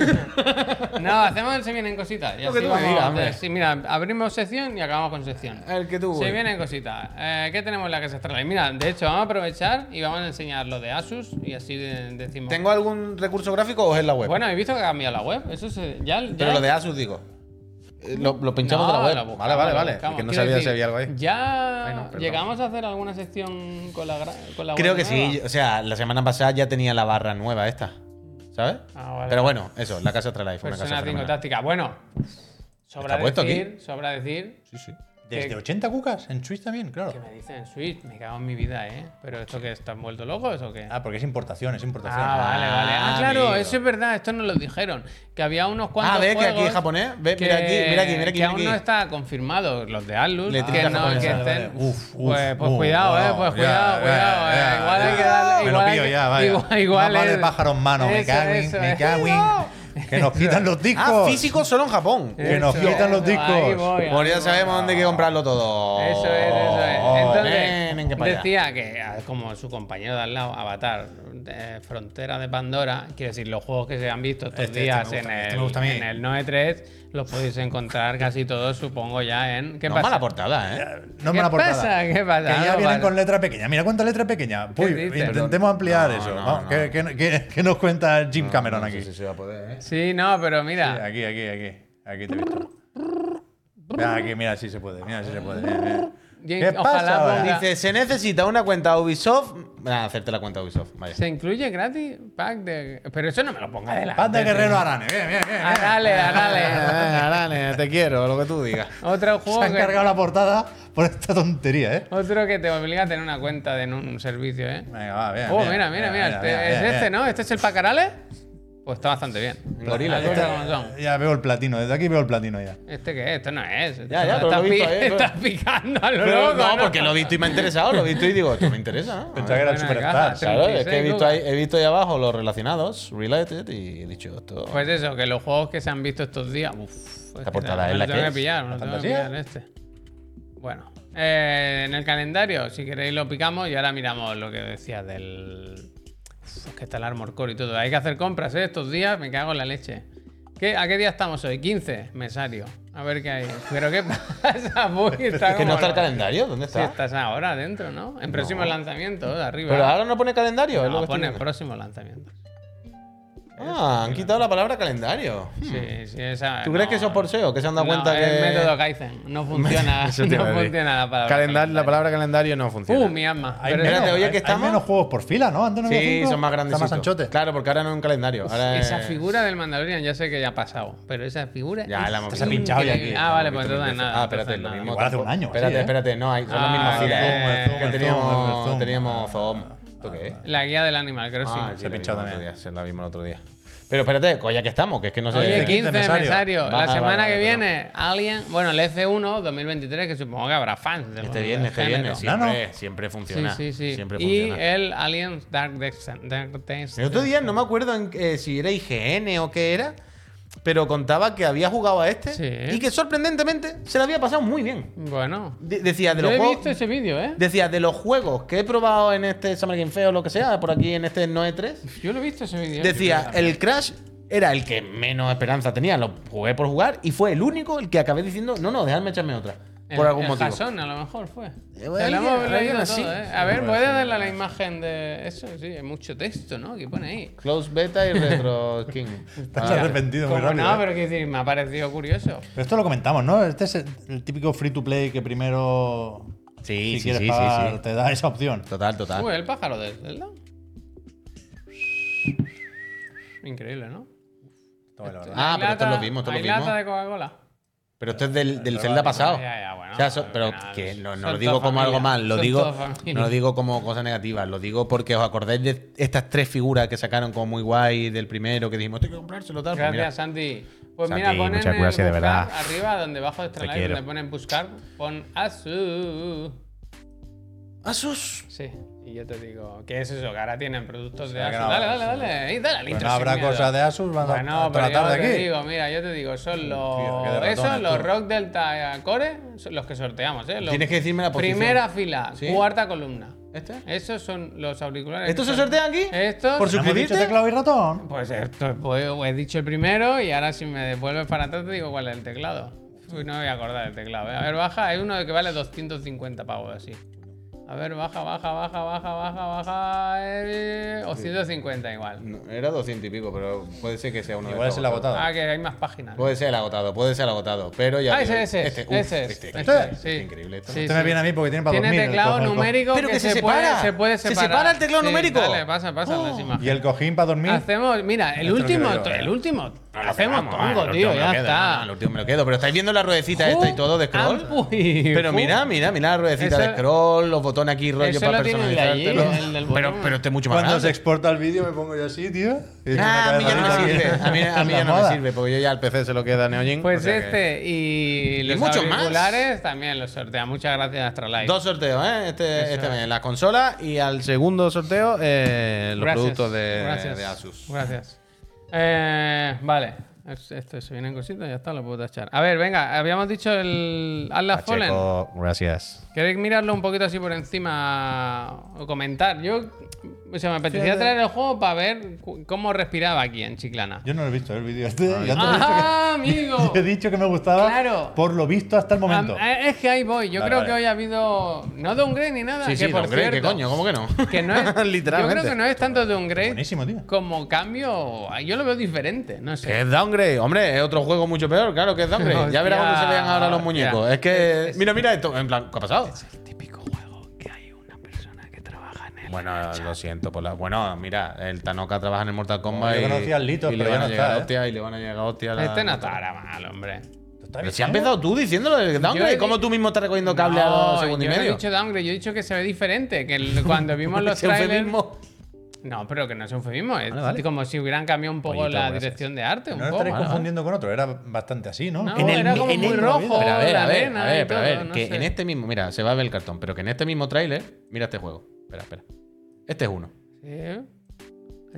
S1: No, hacemos el Se Vienen Cositas. y
S2: Lo que
S1: así
S2: tú me
S1: vamos-
S2: digas, hombre.
S1: Sí, mira, abrimos sección y acabamos con sección.
S2: el que tú.
S1: Se vienen cositas. Eh, ¿Qué tenemos en la casa astral? Mira, de hecho, vamos a aprovechar y vamos a enseñar lo de Asus y así de- decimos.
S2: ¿Tengo algún recurso gráfico o es en la web?
S1: Bueno, he visto que ha cambiado la web. Eso se, ya, ya-
S2: Pero lo de Asus, digo. Eh, Lo, lo pinchamos
S1: No,
S2: de la web.
S1: lo buscamos,
S2: vale, vale,
S1: lo
S2: vale. Es
S1: buscamos.
S2: que no
S1: Quiero
S2: sabía si
S1: decir,
S2: había algo ahí.
S1: Ya
S2: Ay, no, perdón.
S1: llegamos a hacer alguna sección con la, gra- con la
S2: Creo
S1: web
S2: que
S1: nueva?
S2: sí. O sea, la semana pasada ya tenía la barra nueva esta. ¿Sabes?
S1: Ah, vale. Pues
S2: Pero pues, bueno, eso, la casa Astralife. Una casa
S1: Persona 5
S2: fenomenal.
S1: táctica. Bueno, sobra
S2: ¿Está puesto
S1: decir, sobra decir.
S2: Sí, sí.
S3: Desde 80 cucas, en Twitch también,
S1: Que
S3: claro.
S1: me dicen en Switch, me cago en mi vida, ¿eh? ¿Pero esto que están vueltos locos o qué?
S3: Ah, porque es importación, es importación.
S1: Ah, vale, vale. Ah,
S2: pues Ah,
S1: claro,
S2: amigo.
S1: eso es verdad, esto nos lo dijeron. Que había unos cuantos.
S2: Ah, ve que aquí
S1: juegos
S2: es japonés. Ve, mira aquí, mira aquí, mira aquí. Ah,
S1: Que
S2: mira
S1: aún
S2: aquí.
S1: no está confirmado los de Atlus.
S2: Letrita
S1: que no,
S2: japonesa.
S1: que
S3: Vale, vale.
S1: estén.
S3: Uf, uf,
S1: pues pues
S3: uf,
S1: cuidado, eh.
S3: wow,
S1: Pues
S3: ya,
S1: cuidado,
S3: ya,
S1: cuidado. eh.
S3: ya,
S1: igual hay que
S3: ya.
S1: darle.
S3: Me lo
S1: igual hay
S3: pillo
S1: que-
S3: ya, vaya.
S1: Igual, igual
S3: Más vale
S1: es-
S3: pájaro en mano, me
S1: eso,
S3: cago en-
S1: eso,
S3: me
S1: eso.
S3: cago en- Que nos quitan los discos.
S2: Ah, físico solo en Japón.
S3: Que nos
S1: Eso,
S3: quitan los
S1: eso, ahí
S3: discos.
S1: voy,
S2: Pues
S1: ahí
S2: ya
S1: voy.
S2: sabemos dónde hay que comprarlo todo.
S1: Eso es, eso es.
S3: Oh,
S1: Entonces,
S2: ven, ven, que para allá.
S1: decía que, ah, como su compañero de al lado, Avatar, eh, Frontera de Pandora, quiere decir, los juegos que se han visto estos
S3: Este, este
S1: días
S3: me gusta a mí,
S1: en,
S3: este
S1: el,
S3: me gusta a mí.
S1: en el 9.3, los podéis encontrar casi todos, supongo, ya en. ¿Qué
S2: No es
S1: pasa?
S2: mala portada, ¿eh?
S3: No
S1: ¿Qué
S3: me la portada.
S1: pasa? ¿Qué pasa?
S3: Que ya
S1: No,
S3: vienen
S1: vale.
S3: con letra pequeña. Mira cuánta letra pequeña.
S1: ¿Qué
S3: Uy,
S1: dices?
S3: intentemos ampliar
S2: No,
S3: eso.
S2: no,
S3: Vamos,
S2: no.
S3: ¿qué- qué, qué- qué nos cuenta Jim Cameron aquí?
S2: se va a poder, ¿eh?
S1: Sí, no, pero mira.
S3: Aquí, aquí, aquí. Aquí te he visto. Mira, que mira, sí se puede, mira, sí se puede. mira, mira.
S1: James,
S3: ¿Qué
S1: ojalá
S3: pasa ahora?
S1: ponga-
S2: Dice, se necesita una cuenta Ubisoft. Nada, hacerte la cuenta Ubisoft. Vaya.
S1: Se incluye gratis pack de. Pero eso no me lo ponga ¿eh? Ah, adelante.
S3: Panda Guerrero eh. Arane, bien, bien, bien. bien.
S1: Arale, arale.
S2: Arane, te quiero, lo que tú digas.
S1: Otro
S3: (laughs) Se
S1: juego
S3: han
S1: que,
S3: cargado la portada por esta tontería, ¿eh?
S1: otro que te obliga a tener una cuenta de en un servicio, ¿eh?
S3: Venga, va, bien.
S1: Oh,
S3: bien,
S1: mira, mira, mira. este- es
S3: bien,
S1: este,
S3: bien.
S1: ¿no? ¿Este es el Pacarales? Pues está bastante bien.
S2: Gorila,
S1: Las cosas como son.
S3: Este Ya veo el platino, desde aquí veo el platino ya.
S1: ¿Este qué es? Esto no es. Esto
S2: Ya, ya,
S1: no-
S2: pero
S1: estás,
S2: lo he
S1: pi- (laughs)
S2: visto, eh, pero-
S1: estás picando a lo
S2: Pero
S1: loco.
S2: no, porque lo he visto y me ha interesado, lo he visto y digo, esto me (laughs) interesa. ¿no?
S3: Pensaba que era el
S1: Buena
S3: superstar.
S1: caja, sí.
S2: Claro, es que he
S1: 36
S2: visto, ahí, he visto ahí abajo los relacionados, related, y he dicho esto.
S1: Pues eso, que los juegos que se han visto estos días. Uf, es que me
S2: portada es
S1: lo
S2: la
S1: tengo
S2: que
S1: que
S2: es,
S1: pillar, me
S2: la
S1: lo tengo que
S2: fantasía.
S1: pillar este. Bueno, eh, en el calendario, si queréis lo picamos y ahora miramos lo que decía del. Uf, es que está el Armor Core y todo. Hay que hacer compras ¿eh? estos días, me cago en la leche. ¿Qué- ¿A qué día estamos hoy? 15, mesario. A ver qué hay. Pero ¿qué (laughs) pasa? Puy? Está
S2: Es que no
S1: como-
S2: está el calendario, ¿dónde
S1: Sí,
S2: está?
S1: estás ahora dentro, ¿no? En próximos lanzamientos, de arriba.
S2: Pero ahora no pone calendario, es lo
S1: No,
S2: que estoy
S1: pone
S2: viendo.
S1: próximos lanzamientos.
S2: Ah, han quitado la palabra calendario.
S1: Sí, sí, esa.
S2: Hmm. ¿Tú crees
S1: no,
S2: que eso es por SEO? Que se han dado
S1: No,
S2: cuenta
S1: es
S2: que.
S1: método Kaizen.
S2: (laughs)
S1: No funciona, no
S2: Eso te iba a decir.
S1: funciona la palabra.
S2: Calendar- la palabra calendario no
S1: Uh,
S2: funciona.
S1: mi alma.
S3: Hay
S1: Pero
S3: menos,
S2: Espérate, oye,
S3: hay-
S2: que
S3: hay
S2: estamos-
S3: menos juegos por fila, ¿no? Antes no había
S2: sí,
S3: cinco.
S2: son más grandes.
S3: Está más anchote.
S2: Claro, porque ahora no es un calendario. Ahora
S1: esa
S2: es-
S1: figura del Mandalorian, ya sé que ya ha pasado, pero esa figura.
S2: Ya,
S1: es
S2: la hemos
S3: Se ha
S2: visto.
S3: pinchado ya aquí.
S1: increíble. Ah, vale,
S2: Hemos
S1: pues
S2: visto mil
S1: entonces
S2: veces.
S1: nada.
S2: Ah, espérate,
S1: entonces
S2: lo
S1: nada.
S2: mismo.
S3: Igual hace un año,
S2: Espérate,
S3: sí, ¿eh?
S2: espérate, no, hay, son
S1: Ah,
S2: las mismas
S1: el
S2: filas.
S1: zoom, el
S2: eh,
S1: zoom, Ah,
S2: que
S3: el zoom, el
S2: teníamos,
S3: zoom.
S2: teníamos Zoom. Ok.
S1: La guía del Animal Crossing.
S2: Ah, sí,
S3: se
S2: la
S3: pinchó
S2: vimos el
S3: también.
S2: otro día, Se la vimos el otro día. Pero espérate, coño, ya que estamos, que es que no sé.
S1: Oye,
S3: el
S1: 15
S3: 15
S1: mesario.
S3: mesario.
S1: la
S2: Vale,
S1: semana
S2: vale,
S1: que
S2: vale,
S1: viene, Alien. Bueno, el F1 2023, que supongo que habrá fans. de-
S2: Este viernes, este
S1: del
S2: viernes.
S1: género.
S3: Claro.
S2: Siempre, siempre funciona.
S1: Sí, sí, sí.
S2: Siempre
S1: Y
S2: funciona.
S1: el Alien Dark Descent. Dark Descent.
S2: El otro día no me acuerdo en- eh, si era IGN o qué era, pero contaba que había jugado a este
S1: Sí.
S2: y que sorprendentemente se le había pasado muy bien.
S1: Bueno.
S2: De- decía, de
S1: Yo
S2: los
S1: he
S2: juegos,
S1: visto ese vídeo, ¿eh?
S2: decía, de los juegos que he probado en este Summer Game Fest o lo que sea, por aquí en este Noe 3,
S1: Yo lo he visto ese vídeo.
S2: decía, el Crash era el que menos esperanza tenía, lo jugué por jugar y fue el único el que acabé diciendo, no, no, déjame echarme otra,
S1: El-
S2: por algún
S1: el
S2: motivo.
S1: Jason, a lo mejor fue. Te lo
S2: alguien-
S1: hemos
S2: alguien
S1: leído
S2: así.
S1: todo, ¿eh? A ver, voy a darle a la imagen de eso. Sí, hay mucho texto, ¿no? Que pone ahí.
S2: Close Beta y
S1: (laughs)
S2: Retro Ah, King.
S3: Te has arrepentido muy
S1: Como
S3: rápido.
S1: no,
S3: ¿eh?
S1: pero quiero decir, me ha parecido curioso.
S3: Pero esto lo comentamos, ¿no? Este es el el típico free to play que primero.
S2: Sí,
S3: si
S2: sí,
S3: quieres
S2: sí, sí,
S3: pagar,
S2: sí.
S3: te da esa opción.
S2: Total, total.
S1: Uy, el pájaro de Zelda. Increíble, ¿no?
S2: Ah,
S1: Hay
S2: pero esto
S1: lata-
S2: lo vimos, esto lo
S1: hay
S2: vimos.
S1: lata de Coca-Cola.
S2: Pero esto es del, del Zelda pasado.
S1: Ya, ya,
S3: Ah,
S1: bueno,
S2: O sea, so-
S1: al
S2: pero
S1: final,
S2: que no, no
S1: son
S2: lo digo
S1: toda
S2: como algo
S1: familia,
S2: mal, lo
S1: son
S2: digo,
S1: toda familia.
S2: no lo digo como cosa negativa, lo digo porque os acordáis de estas tres figuras que sacaron como muy guay del primero, que dijimos, tengo que comprárselo tal. Pues
S1: Gracias, Santi. Pues
S2: Santi,
S1: mira, ponen
S2: muchas
S1: en
S2: gracias, de
S1: buscar,
S2: verdad.
S1: arriba, donde bajo de Extra
S2: Te
S1: Life,
S2: quiero.
S1: donde ponen buscar, pon Asus.
S2: mira, ¡Asus!
S1: Sí, y yo te digo, ¿qué es eso? Que ahora tienen productos de
S3: sea, que
S1: Asus.
S3: no
S1: dale,
S3: habrá
S1: dale, dale. Y dale al
S3: Pero
S1: intro
S3: no
S1: sin
S3: habrá
S1: miedo.
S3: cosas de Asus, van a
S1: Bueno, pero
S3: tratar
S1: yo
S3: de
S1: te
S3: aquí.
S1: digo, mira, yo te digo, son
S3: Tío, qué
S1: los.
S3: de
S1: Esos,
S3: ratones,
S1: los
S3: tú.
S1: Rock Delta eh, Core, son los que sorteamos, ¿eh? Los-
S2: Tienes que decirme la posición.
S1: Primera fila,
S2: ¿Sí?
S1: cuarta columna.
S2: ¿Este?
S1: Esos son los auriculares.
S2: ¿Estos
S1: que
S2: se
S1: son-
S2: sortean aquí?
S1: Estos.
S2: Por
S3: ¿No hemos dicho
S2: ¿Suscribirte?
S3: teclado y ratón?
S1: Pues esto pues, he dicho el primero y ahora si me devuelves para atrás te digo cuál es el teclado. Uy, no me voy a acordar el teclado. ¿eh? A ver, baja. Hay uno que vale 250 pavos así. A ver, baja, baja, baja, baja, baja, baja. eh, o 150 igual.
S2: No, era 200 y pico, pero puede ser que sea uno de
S3: Igual es
S2: estos
S3: el agotado.
S1: Ah, que hay más páginas.
S2: Puede ser el agotado, puede ser el agotado, pero ya...
S1: Ah, ese,
S2: digo,
S1: ese,
S2: este,
S1: ese,
S2: uf,
S1: ese,
S2: este,
S1: ese,
S2: este,
S1: sí.
S2: este es increíble. esto.
S1: Sí,
S3: Este me viene a mí porque tiene para
S1: Tiene
S3: 2000. el
S1: teclado
S3: cojo- el cojo.
S1: numérico
S2: Pero
S1: que,
S2: que
S1: se,
S2: se
S1: puede,
S2: separa.
S1: se puede
S2: Se
S1: separar.
S2: separa el teclado
S1: Sí,
S2: numérico. Oh,
S1: Dale, pasa, pasa las
S3: Y
S2: Ah.
S1: imágenes.
S3: el cojín para dormir.
S1: Hacemos, mira, el
S3: Esto lo
S1: último,
S3: quiero yo,
S1: el
S3: eh.
S1: último.
S2: No, no,
S1: hacemos
S2: vamos,
S1: tongo,
S2: el último
S1: tío,
S2: me lo
S1: ya
S2: quedo, no, no,
S1: está.
S2: el último me lo quedo, pero estáis viendo la ruedecita esta y
S1: Uh,
S2: todo
S1: ah,
S2: de scroll.
S1: Ampuy,
S2: Pero
S1: fu.
S2: mira, mira, mira la ruedecita
S1: Eso-
S2: de scroll, los botones aquí rollo
S1: eso
S2: para
S1: lo tiene el de allí,
S2: personalizártelo.
S1: el del botón.
S2: Pero, pero este es mucho más
S3: Cuando se
S2: grande.
S3: exporta el vídeo me pongo yo así, tío. Y es
S2: Ah,
S3: una
S2: a mí ya no
S3: cabeza
S2: me
S3: así.
S2: sirve. A mí, a mí
S3: Es
S2: ya
S3: la
S2: no me
S3: moda.
S2: sirve, porque yo ya al PC se lo queda Neojin.
S1: Pues
S2: o sea que-
S1: este y los
S2: mucho más.
S1: auriculares también los sortea. Muchas gracias, Astralife.
S2: Dos sorteos, ¿eh? Este,
S1: Eso
S2: este
S1: es.
S2: mes, las consolas y al segundo sorteo eh, los
S1: Gracias,
S2: productos de,
S1: gracias,
S2: de Asus.
S1: Gracias. Eh, vale. Es- Esto se vienen cositas, ya está, lo puedo tachar. A ver, venga, habíamos dicho el Atlas Fallen.
S2: gracias.
S1: ¿Queréis mirarlo un poquito así por encima o comentar? Yo, o sea, me apetecía traer el juego para ver cu- cómo respiraba aquí en Chiclana.
S3: Yo no lo he visto el vídeo este. Yo te he dicho
S1: ¡Ah,
S2: (laughs)
S3: que- (laughs)
S1: amigo!
S3: te he dicho que me gustaba.
S1: Claro.
S3: Por lo visto hasta el momento.
S1: Am- eh, es que ahí voy. Yo
S3: Vale,
S1: creo
S3: vale.
S1: que hoy ha habido. No downgrade ni nada.
S2: Sí,
S1: Ah, que
S2: sí,
S1: por
S2: downgrade, ¿qué
S1: cierto,
S2: coño? ¿Cómo que no?
S1: (laughs) Que no
S2: (laughs)
S1: es,
S2: Literalmente.
S1: Yo creo que no es tanto downgrade
S3: Buenísimo, tío.
S1: como cambio. Yo lo veo diferente. No sé.
S2: Es Downgrade. Hombre, es otro juego mucho peor, claro que es Downgrade.
S1: (laughs)
S2: ya verás
S1: Hostia,
S2: cómo se vean ahora los
S1: hostia.
S2: muñecos. Es que. mira, mira esto. En plan, ¿qué ha pasado?
S1: El típico juego que hay una persona que trabaja en él.
S2: Bueno, lo siento por la. Bueno, mira, el Tanoka trabaja en el Mortal Kombat.
S3: Yo
S2: y-
S3: conocía al Lito,
S2: y le
S3: pero ya
S2: van a
S3: no
S2: llegar
S3: está, ¿eh?
S2: hostias y le van a llegar hostias. a la-
S1: Este no estará mal, hombre.
S2: Pero si has
S3: ¿eh?
S2: empezado tú diciéndolo del
S1: Yo he
S2: downgrade,
S1: di-
S2: ¿cómo tú mismo estás recogiendo cable a
S1: No,
S2: dos segundos y
S1: yo no
S2: medio?
S1: he dicho downgrade, yo he dicho que se ve diferente. Que el-
S2: (laughs)
S1: cuando vimos los
S2: Ese
S1: trailers.
S2: eufemismo.
S1: No, pero que no es eufemismo. Es
S2: Vale, vale.
S1: como si hubieran cambiado un poco
S2: Pollito,
S1: la
S2: gracias.
S1: dirección de arte. Un
S3: No lo
S1: poco.
S3: estaréis confundiendo con otro, era bastante así, ¿no?
S1: No,
S4: En el-
S1: era como
S4: en
S1: muy
S4: el-
S1: rojo.
S2: Pero a ver,
S1: Oh, la
S2: a ver,
S1: arena
S2: a
S1: y
S2: ver, pero a
S1: todo,
S2: ver,
S1: no
S2: que
S1: sé.
S2: en este mismo, mira, se va a ver el cartón, pero que en este mismo tráiler, mira este juego. Espera, espera. Este es uno.
S1: Sí.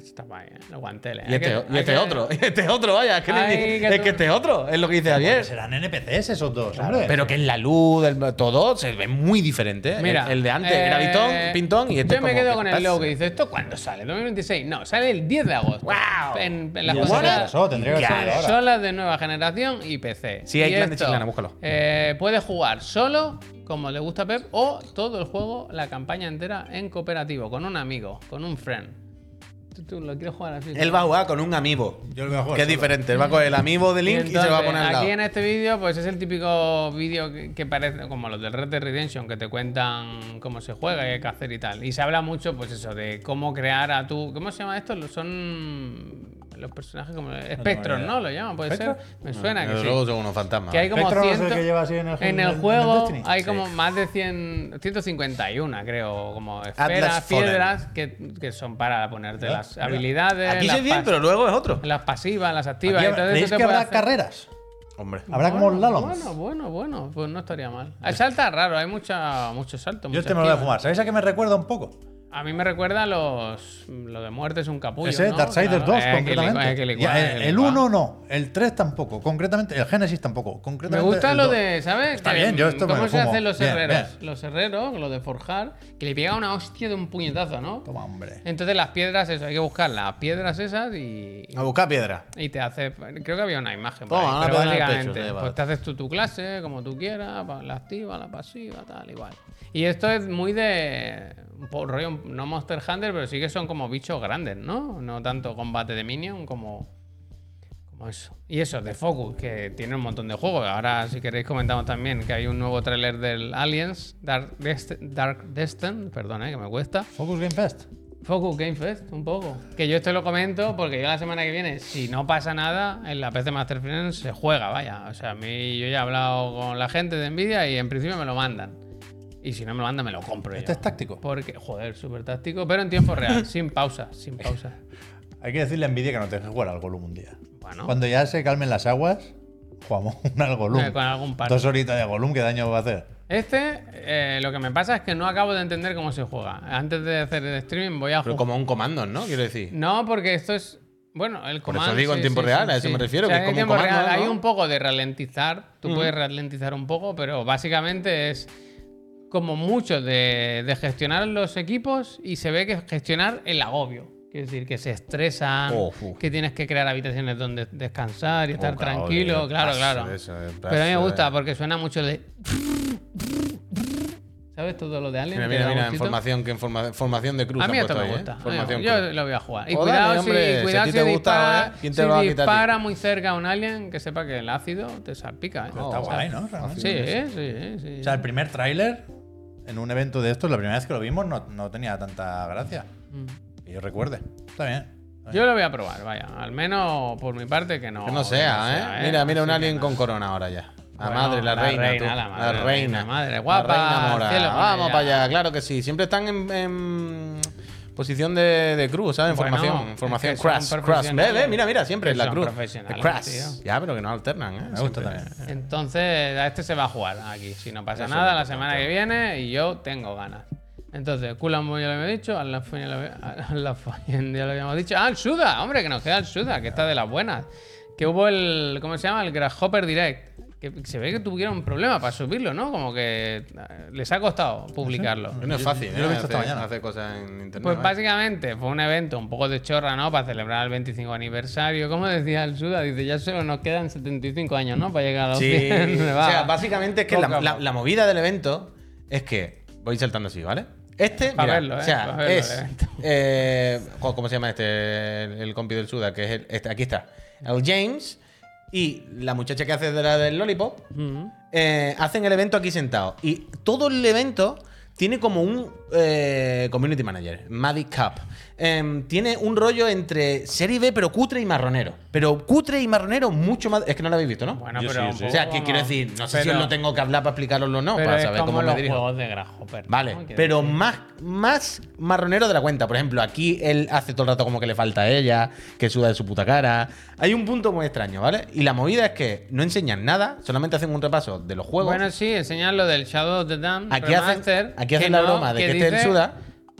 S1: Está guay, ¿eh? Los guanteles.
S2: Y
S1: Hay
S2: este,
S1: que-
S2: y
S1: hay
S2: este
S1: que-
S2: otro. (laughs) Y este otro, vaya. Es que,
S1: Ay,
S2: ni-
S1: que
S2: es
S1: tú-
S2: que este es otro. Es lo que dice Javier.
S3: Serán NPCs esos dos, hombre.
S2: Pero que en la luz, el- todo, se ve muy diferente.
S1: Mira,
S2: el, el de antes
S1: eh,
S2: era bitón, pintón y este
S1: Yo me
S2: como
S1: quedo
S2: que
S1: con
S2: pasa.
S1: el logo que dice: ¿esto cuándo sale? ¿2026? No, sale el 10 de agosto.
S2: ¡Guau!
S1: En, en las
S3: Ya
S1: consolas-
S3: se retrasó, tendría que haber salido ahora.
S1: consolas de nueva generación y PC.
S2: Sí, hay
S1: Y
S2: clan de
S1: esto,
S2: chiclana, búscalo.
S1: eh, puedes jugar solo, como le gusta a Pep, o todo el juego, la campaña entera, en cooperativo, con un amigo, con un friend. Tú, tú lo quieres jugar así.
S2: Él va a jugar con un amigo.
S3: Yo lo voy a jugar
S2: Que es
S3: solo.
S2: diferente. Él va a coger el amigo de
S1: Y
S2: Link y, se
S1: entonces,
S2: va a poner al lado.
S1: Aquí en este vídeo, pues es el típico vídeo que, que parece como los del Red Dead Redemption, que te cuentan cómo se juega, qué hay que hacer y tal. Y se habla mucho, pues eso, de cómo crear a tu. ¿Cómo se llama esto? Lo- Son los personajes como. Spectrum,
S3: idea.
S1: ¿no? Lo llaman, puede ser. Me suena que
S2: Desde
S1: sí.
S2: luego son unos fantasmas.
S1: Que hay como
S3: Spectrum es el
S1: 100
S3: que lleva así en el ju- en el
S1: juego
S3: Destiny.
S1: hay
S3: Sí.
S1: como más de 100, 151, creo, como
S2: Atlas
S1: esferas,
S2: Fallen.
S1: piedras que, que son para ponerte las
S3: mira.
S1: habilidades,
S2: Aquí
S1: las,
S2: se bien,
S1: pas-
S2: pero luego es otro.
S1: las pasivas, las activas.
S3: Aquí
S1: y
S3: habrá-
S1: todo eso
S3: ¿Creéis
S1: te
S3: que
S1: puede
S3: habrá
S1: hacer-
S3: carreras?
S2: Hombre.
S3: Habrá como
S1: Bueno,
S3: slalom.
S1: Bueno, bueno, bueno, pues no estaría mal. El salta es raro, hay mucha, muchos saltos.
S3: Yo
S1: mucha
S3: este me lo voy a
S1: esquiva.
S3: fumar. ¿Sabéis a qué me recuerda un poco?
S1: A mí me recuerda a los lo de muerte es un capullo.
S3: Ese
S1: ¿no?
S3: Darksiders
S1: Claro,
S3: 2,
S1: hay que
S3: concretamente.
S1: licuar, hay que licuar,
S3: Ya,
S1: hay
S3: el-
S1: que
S3: el
S1: licuar.
S3: 1 no, el 3 tampoco, concretamente, el Genesis tampoco.
S1: Me
S3: Concretamente
S1: gusta
S3: el
S1: lo
S3: dos.
S1: de, ¿sabes?
S3: Está
S1: Que,
S3: bien, yo esto me
S1: ¿Cómo
S3: lo
S1: se
S3: fumo.
S1: hacen los
S3: Bien,
S1: herreros?
S3: bien.
S1: Los herreros, lo de forjar, que le pega una hostia de un puñetazo, ¿no?
S3: Toma, hombre.
S1: Entonces las piedras, eso, hay que buscar las piedras esas y,
S2: A buscar piedra.
S1: y te hace. Creo que había una imagen. por
S2: Toma,
S1: ahí,
S2: una
S1: pero
S2: piedra en el
S1: básicamente,
S2: pecho, te lleva.
S1: pues te haces tú tu clase, como tú quieras, pa- la activa, la pasiva, tal, igual. Y esto es muy de. un po- rollo, no Monster Hunter, pero sí que son como bichos grandes, ¿no? No tanto combate de minion como. Como eso. Y eso, de Focus, que tiene un montón de juegos. Ahora, si queréis, comentamos también que hay un nuevo tráiler del Aliens, Dark, Dest Dark Destin, perdón, eh, que me cuesta.
S3: Focus Game Fest.
S1: Focus Game Fest, un poco. Que yo esto lo comento porque yo la semana que viene, si no pasa nada, en la PC Master Finance se juega, vaya. O sea, a mí yo ya he hablado con la gente de Nvidia y en principio me lo mandan. Y si no me lo mandan, me lo compro.
S3: Este
S1: yo.
S3: es táctico.
S1: Porque, joder, súper táctico, pero en tiempo
S3: (laughs)
S1: real, sin pausa, sin pausa.
S3: Hay que decirle a Nvidia que no te deje jugar al Golum un día.
S1: Bueno.
S3: Cuando ya se calmen las aguas, jugamos (laughs) un al Golum.
S1: Eh, con algún par.
S3: Dos horitas de Golum, ¿qué daño va a hacer?
S1: Este, eh, lo que me pasa es que no acabo de entender cómo se juega. Antes de hacer el streaming voy a
S2: Pero
S1: jugar.
S2: como un comando, ¿no? Quiero decir.
S1: No, porque esto es. Bueno, el
S2: Por eso
S1: comando.
S2: digo en tiempo real, a eso me refiero, que es
S1: en
S2: como
S1: tiempo
S2: comando,
S1: real
S2: ¿no?
S1: hay un poco de ralentizar. Tú puedes ralentizar un poco, pero básicamente es como mucho de, de gestionar los equipos y se ve que es gestionar el agobio. Es decir, que se estresan,
S2: Oh, fu.
S1: que tienes que crear habitaciones donde descansar y estar
S2: Oh, cabrón,
S1: tranquilo.
S2: yo
S1: claro,
S2: paso
S1: claro.
S2: de eso, eh. yo
S1: pero a mí me
S2: paso
S1: gusta
S2: de-
S1: porque suena mucho de. ¿Sabes todo lo de Alien?
S2: Mira,
S1: que
S2: mira,
S1: da
S2: mira, en
S1: gustito?
S2: formación, que en forma- formación de cruz.
S1: A mí
S2: han
S1: esto
S2: puesto
S1: me
S2: ahí, ¿eh?
S1: gusta.
S2: Formación
S1: Yo
S2: cruz.
S1: lo voy a jugar. Y
S2: Joder,
S1: cuidado,
S2: hombre,
S1: si,
S2: si
S1: cuidado
S2: a ti
S1: si,
S2: te gusta,
S1: dispara,
S2: ¿eh? ¿Quién
S1: si
S2: te lo va a quitar
S1: dispara muy cerca a un alien, que sepa que el ácido te salpica. ¿eh?
S3: Pero está
S1: O sea, ¿eh?
S3: guay, ¿no? Realmente.
S1: Sí, sí, sí.
S3: O sea, el primer tráiler en un evento de estos, la primera vez que lo vimos, no, no tenía tanta gracia. Que yo recuerde. Está bien.
S1: Yo lo voy a probar, vaya. Al menos por mi parte que no.
S2: Que no sea, ¿eh? Mira, mira, un alien con corona ahora ya. La
S1: Bueno,
S2: madre, la,
S1: la
S2: reina,
S1: reina,
S2: tú.
S1: la madre, la
S2: reina.
S1: reina, madre guapa,
S2: La reina mora.
S1: al cielo con
S2: Vamos
S1: ella.
S2: para allá, claro que sí. Siempre están en, en posición de, de cruz, ¿sabes? En
S1: Bueno,
S2: formación.
S1: es
S2: formación
S1: que son
S2: crash, crash.
S1: profesionales.
S2: Ve, ve, mira, mira, siempre
S1: Que
S2: es la
S1: son
S2: cruz.
S1: profesionales,
S2: Crash.
S1: tío.
S2: Ya, pero que no alternan, ¿eh?
S3: Me gusta
S2: Siempre.
S3: también.
S1: Entonces, a este se va a jugar aquí. Si no pasa
S2: Eso
S1: nada,
S2: no
S1: la
S2: pasa
S1: semana que viene y yo tengo ganas. Entonces, Kulan ya lo había dicho, al ya lo había- Al Lafoyen ya lo habíamos dicho. Ah, el Suda, hombre, que nos queda el Suda, que está de las buenas. Que hubo el, ¿cómo se llama? El Grasshopper Direct. Que se ve que tuvieron un problema para subirlo, ¿no? Como que eh, les ha costado publicarlo.
S2: No es fácil,
S3: yo lo he
S2: ¿eh?
S3: visto esta
S2: hacer-
S3: mañana.
S2: hacer cosas en internet.
S1: Pues
S2: ¿vale?
S1: básicamente fue un evento un poco de chorra, ¿no? Para celebrar el 25 aniversario. Como decía el Suda, dice, ya solo nos quedan 75 años, ¿no? Para llegar a los
S2: Sí.
S1: 100. (laughs)
S2: o
S1: Va.
S2: sea, básicamente es que
S1: Poco
S2: la,
S1: a
S2: la-
S1: poco.
S2: la movida del evento es que. Voy saltando así, ¿vale? Este,
S1: Pa'
S2: mira,
S1: verlo, ¿eh?
S2: o sea,
S1: Pa' verlo el
S2: es.
S1: evento.
S2: eh, jo, ¿Cómo se llama este? El, el compi del Suda, que es el. este, aquí está. El James. y la muchacha que hace de la del Lollipop
S1: Mm.
S2: eh, hacen el evento aquí sentado. Y todo el evento tiene como un eh, community manager, Maddie Cup. Em, tiene un rollo entre serie B, pero cutre y marronero. Pero cutre y marronero mucho más. Es que no lo habéis visto, ¿no?
S1: Bueno,
S3: Yo
S1: pero.
S3: sí,
S1: un
S3: sí.
S1: poco
S2: o sea, que
S1: como-
S2: quiero decir, no sé si
S1: pero-
S2: os lo tengo que hablar para explicaroslo o no,
S1: pero
S2: para
S1: es
S2: saber
S1: como
S2: cómo me
S1: los
S2: dirijo.
S1: juegos de Grasshopper. ¿no?
S2: Vale,
S1: Quiero
S2: pero
S1: decir.
S2: más, más marronero de la cuenta. Por ejemplo, aquí él hace todo el rato como que le falta a ella, que suda de su puta cara. Hay un punto muy extraño, ¿vale? Y la movida es que no enseñan nada, solamente hacen un repaso de los juegos.
S1: Bueno, sí, enseñan lo del Shadow of the Dam.
S2: Aquí hacen- aquí hacen la broma de que este
S1: dice
S2: Suda-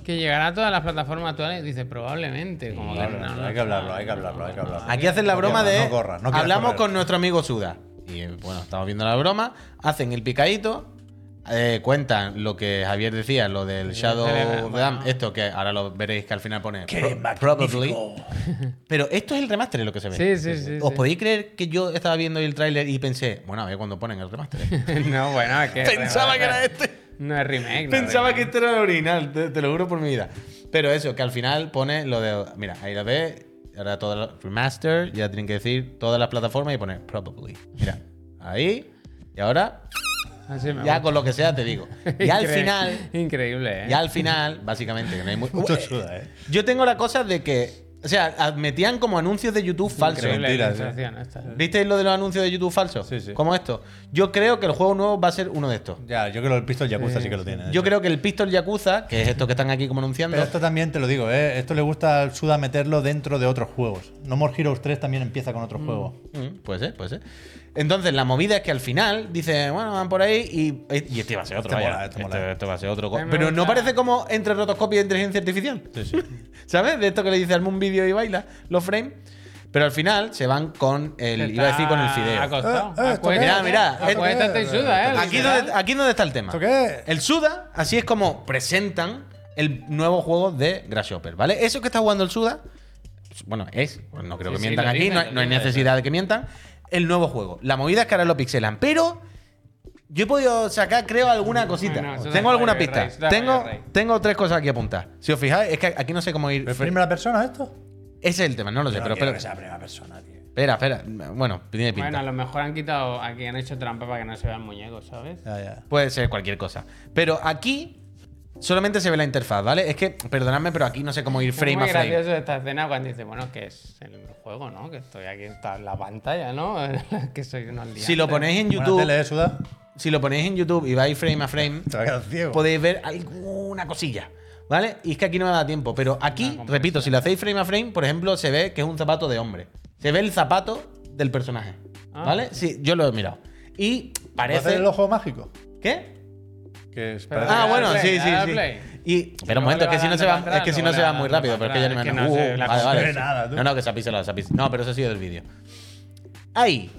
S1: Que llegará a todas las plataformas actuales, dice probablemente. Como que
S3: Claro,
S1: no, no,
S3: hay que hablarlo, hay que hablarlo, hay que hablarlo.
S2: Aquí hacen la
S3: No
S2: broma
S3: corras,
S2: de.
S3: no corras, no quieras
S2: hablamos
S3: correr.
S2: con nuestro amigo Suda. Y eh, bueno, estamos viendo la broma. Hacen el picadito. eh, cuentan lo que Javier decía, lo del Shadow
S1: celebra,
S2: of the
S1: bueno.
S2: Dam, esto que ahora lo veréis que al final pone
S3: ¡Qué
S2: probably.
S3: magnífico!
S2: Pero esto es el remaster lo que se ve.
S1: Sí, sí, sí,
S2: ¿Os
S1: sí.
S2: podéis creer que yo estaba viendo el tráiler y pensé, bueno, a ver cuando ponen el remaster?
S1: (laughs) no, bueno, es que.
S2: (laughs) Pensaba que era este.
S1: No es remake. no es
S2: Pensaba que
S1: remake.
S2: este era el original, te, te lo juro por mi vida. Pero eso, que al final pone lo de. Mira, ahí lo ve, ahora todo el remaster, ya tienen que decir todas las plataformas y poner probably. Mira, ahí, y ahora,
S1: Así
S3: Ah,
S1: me
S2: ya
S1: gusta.
S2: con lo que sea te
S3: (laughs)
S2: digo. Y al
S1: Incre-
S2: final,
S1: Increíble, ¿eh?
S2: y al final, básicamente, que no hay mu-
S3: Mucho suda, ¿eh?
S2: Yo tengo la cosa de que. O sea, metían como anuncios de YouTube falsos.
S1: Increíble
S3: Mentira,
S1: la
S3: sí.
S1: sensación esta.
S2: ¿Visteis lo de los anuncios de YouTube falsos?
S3: Sí, sí.
S2: Como esto. Yo creo que el juego nuevo va a ser uno de estos.
S3: Ya, yo creo que el Pistol Yakuza sí, que lo tiene. de
S2: Yo
S3: hecho.
S2: creo que el Pistol Yakuza, que es esto que están aquí como anunciando.
S3: Ah, Pero esto también te lo digo, ¿eh? Esto le gusta al Suda meterlo dentro de otros juegos. No More Heroes 3 también empieza con otro juego.
S2: Mm, puede ser, puede ser. Entonces, la movida es que al final dice, bueno, van por ahí y. Y este va a ser otro.
S3: Este
S2: vaya.
S3: mola, este mola.
S2: Este- este va a ser otro. co-
S1: A mí me
S2: Pero no
S1: gusta-
S2: parece como entre rotoscopio y inteligencia artificial.
S3: Sí, sí.
S2: (laughs) ¿Sabes? De esto que le dice, arma un vídeo y baila los frames. Pero al final se van con el. Iba a decir con el fideo.
S1: Acostado.
S3: Eh, eh, esto
S1: Acuéstate-
S2: qué es, mirá, esto qué es.
S1: Acuéstate y suda, ¿eh?
S2: Aquí
S1: literal.
S2: donde, aquí donde está el tema.
S3: ¿Esto qué?
S2: El Suda, así es como presentan el nuevo juego de Grasshopper, ¿vale? Eso que está jugando el Suda, bueno, es, pues no creo
S1: Sí,
S2: que
S1: sí,
S2: mientan
S1: lo
S2: aquí,
S1: dicen,
S2: no,
S1: lo
S2: hay- no hay
S1: dicen.
S2: necesidad de que mientan, el nuevo juego. La movida es que ahora lo pixelan, pero yo he podido sacar, creo, alguna cosita.
S1: No, no, eso
S2: tengo
S1: da
S2: alguna
S1: Mario
S2: pista.
S1: Race, da
S2: tengo,
S1: Mario Race.
S2: tengo tres cosas aquí apuntadas. Si os fijáis, es que aquí no sé cómo ir.
S3: ¿Es primera persona esto?
S2: Ese es el tema, no lo sé,
S3: Yo no
S2: pero,
S3: quiero
S2: espera-
S3: que sea primera persona, tío.
S2: espera, espera. Bueno, tiene pinta.
S1: Bueno, a lo mejor han quitado. Aquí han hecho trampa para que no se vea el muñeco, ¿sabes?
S3: Ya, ya.
S2: Puede ser cualquier cosa. Pero aquí solamente se ve la interfaz, ¿vale? Es que, perdonadme, pero aquí no sé cómo ir
S1: Es
S2: frame
S1: muy
S2: a frame.
S1: gracioso esta escena cuando dice, bueno, que es el juego, ¿no? Que estoy aquí está en la pantalla, ¿no? (laughs) que soy unos días.
S2: Si lo ponéis en
S3: Buena
S2: YouTube,
S3: tele, ¿eh, Suda?
S2: si lo ponéis en YouTube y vais frame a frame,
S3: Te va a quedar ciego.
S2: podéis ver alguna cosilla, ¿vale? Y es que aquí no me da tiempo, pero aquí,
S1: compresión.
S2: repito, si lo hacéis frame a frame, por ejemplo, se ve que es un zapato de hombre. Se ve el zapato del personaje,
S1: Ah.
S2: ¿vale? Sí, yo lo he mirado. Y
S3: ¿Va a hacer
S2: parece...
S3: el ojo mágico?
S2: ¿qué?
S3: Que es-
S1: Pero-
S3: parece
S2: Ah,
S1: Dale
S2: bueno,
S1: play,
S2: sí, sí,
S1: dale
S2: sí.
S1: play.
S2: Y, pero
S1: luego
S2: un
S1: le
S2: momento, es que
S1: va
S2: si no
S1: dando
S2: se va,
S1: para atrás,
S2: es que si
S1: luego
S2: no
S1: le
S2: se va
S1: va
S2: muy
S1: dando
S2: rápido,
S1: para
S2: porque ya no
S1: atrás,
S2: me
S1: es que no sé, la
S2: vale, vale.
S3: compré nada, tú.
S2: no, no, que se ha pisado, se ha pisado. No, pero eso ha sido del vídeo. Ahí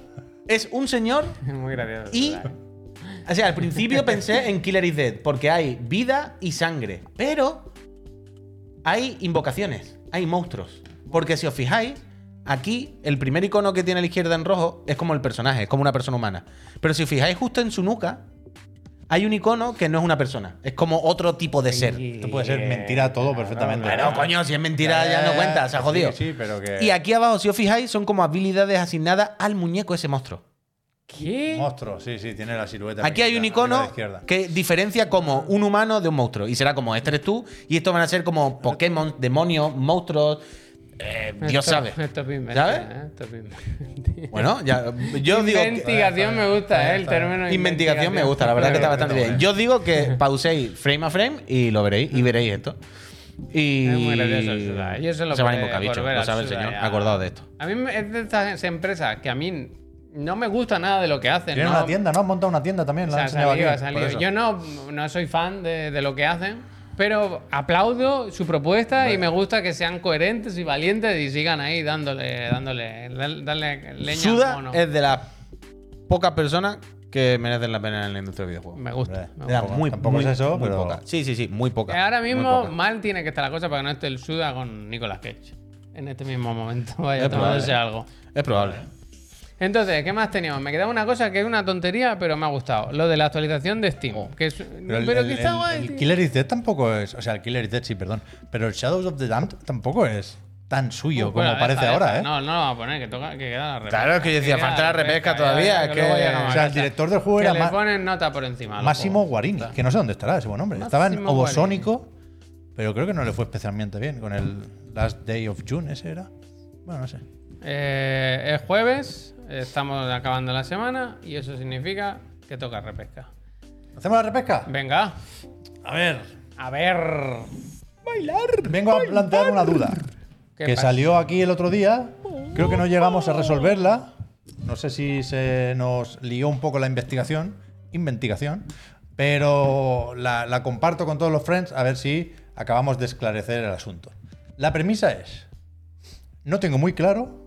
S2: es un señor
S1: Es muy gracioso.
S2: y o sea, al principio pensé en Killer is Dead porque hay vida y sangre, pero hay invocaciones, hay monstruos, porque si os fijáis Aquí, el primer icono que tiene a la izquierda en rojo es como el personaje, es como una persona humana. Pero si os fijáis justo en su nuca, hay un icono que no es una persona, es como otro tipo de ser.
S3: Esto puede ser mentira todo perfectamente.
S2: Bueno, coño, si es mentira ya no cuenta, se ha jodido.
S3: Sí, sí, pero que.
S2: Y aquí abajo, si os fijáis, son como habilidades asignadas al muñeco ese monstruo.
S1: ¿Qué?
S3: Monstruo, sí, sí, tiene la silueta.
S2: Aquí hay un
S3: pequeñita, arriba a la
S2: icono
S3: izquierda.
S2: que diferencia como un humano de un monstruo. Y será como, este eres tú, y estos van a ser como Pokémon, demonios, monstruos. eh, Dios
S1: Esto-
S2: sabe.
S1: Esto es invento,
S2: ¿sabes?
S1: ¿eh? Esto es invento.
S2: Bueno, ya, yo digo. que-
S1: Investigación me gusta, ¿eh? El término.
S2: Investigación me gusta, la verdad que está bastante bien. Yo
S1: (laughs)
S2: digo que pauséis frame a frame y lo veréis y veréis esto. Y
S1: Es ¿eh? muy gracioso el Suda. Ellos se lo
S2: van
S1: pueden
S2: a bicho,
S1: volver
S2: lo
S1: al
S2: sabe el
S1: Suda
S2: señor.
S1: ya.
S2: Acordado de esto.
S1: A mí me- es de estas empresas que a mí no me gusta nada de lo que hacen.
S3: Tiene
S1: no,
S3: una tienda, ¿no? Han montado una tienda también.
S1: O
S3: La
S1: sea,
S3: han
S1: ha
S3: enseñado
S1: salido, ha
S3: aquí, por
S1: salido.
S3: eso.
S1: Yo no, no soy fan de, de lo que hacen, pero aplaudo su propuesta y me gusta que sean coherentes y valientes y sigan ahí dándole, dándole, dal- darle leña al
S2: Suda
S1: mono.
S2: es de las pocas personas que merecen la pena en la industria del videojuego.
S1: Me gusta. me
S2: De las
S1: gusta.
S2: muy,
S3: tampoco
S2: muy-
S3: es eso,
S2: muy
S3: pero-
S2: poca. Sí, sí, sí, muy poca.
S1: Ahora
S2: muy
S1: mismo
S2: poca.
S1: mal tiene que estar la cosa para que no esté el Suda con Nicolas Cage. En este mismo momento, (laughs)
S2: Es
S1: vaya,
S2: probable.
S1: tomándose algo.
S2: Es probable.
S1: Entonces, ¿qué más teníamos? Me quedaba una cosa que es una tontería, pero me ha gustado. Lo de la actualización de Steam. que es-
S3: Oh. Pero,
S1: pero
S3: el, el-
S1: que
S3: el-
S1: está guay.
S3: el
S1: tío.
S3: Killer is Dead tampoco es. O sea, el Killer is Dead, sí, perdón. Pero el Shadows of the Damned tampoco es. tan suyo
S1: Uh, pues
S3: como
S1: la
S3: parece
S1: deja,
S3: ahora,
S1: deja.
S3: ¿eh?
S1: No, no lo vamos a poner, que, toca, que queda la repesca.
S2: Claro, es que yo decía,
S1: queda
S2: falta la repesca
S1: ya,
S2: todavía,
S1: ya,
S2: es
S1: luego
S2: que-
S1: llegamos a
S2: o
S3: O sea, el
S1: casa.
S3: director del juego
S1: Que
S3: era
S1: le
S3: Ma-
S1: ponen nota por encima. al
S3: Máximo
S1: juego.
S3: Guarini, que no sé dónde estará ese buen hombre. Estaba en
S1: Máximo Guarini.
S3: Obosónico, pero creo que no le fue especialmente bien con el Last Day of June, ese era. Bueno, no sé.
S1: Eh, es jueves, estamos acabando la semana y eso significa que toca repesca.
S3: ¿Hacemos la repesca?
S1: Venga,
S3: A ver,
S1: a ver.
S3: vengo a plantear una duda
S1: ¿Qué
S3: que
S1: pasa?
S3: salió aquí el otro día. Creo que no llegamos a resolverla. No sé si se nos lió un poco la investigación, investigación, pero la, la comparto con todos los friends a ver si acabamos de esclarecer el asunto. La premisa es, no tengo muy claro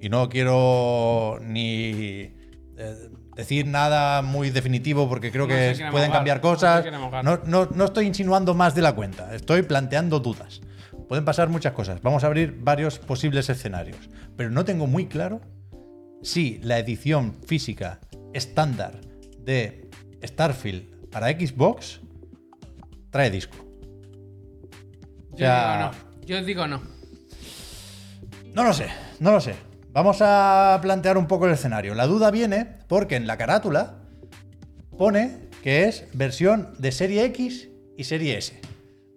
S3: y no quiero ni eh, decir nada muy definitivo porque creo
S1: No se
S3: que
S1: quiere
S3: pueden
S1: mojar,
S3: cambiar
S1: no se
S3: cosas.
S1: quiere mojar.
S3: No, no- no estoy insinuando más de la cuenta, estoy planteando dudas. Pueden pasar muchas cosas. Vamos a abrir varios posibles escenarios, pero no tengo muy claro si la edición física estándar de Starfield para Xbox trae disco.
S1: Yo
S3: Ya.
S1: digo no. Yo digo no.
S3: No lo sé, no lo sé. Vamos a plantear un poco el escenario. La duda viene porque en la carátula pone que es versión de serie X y serie S.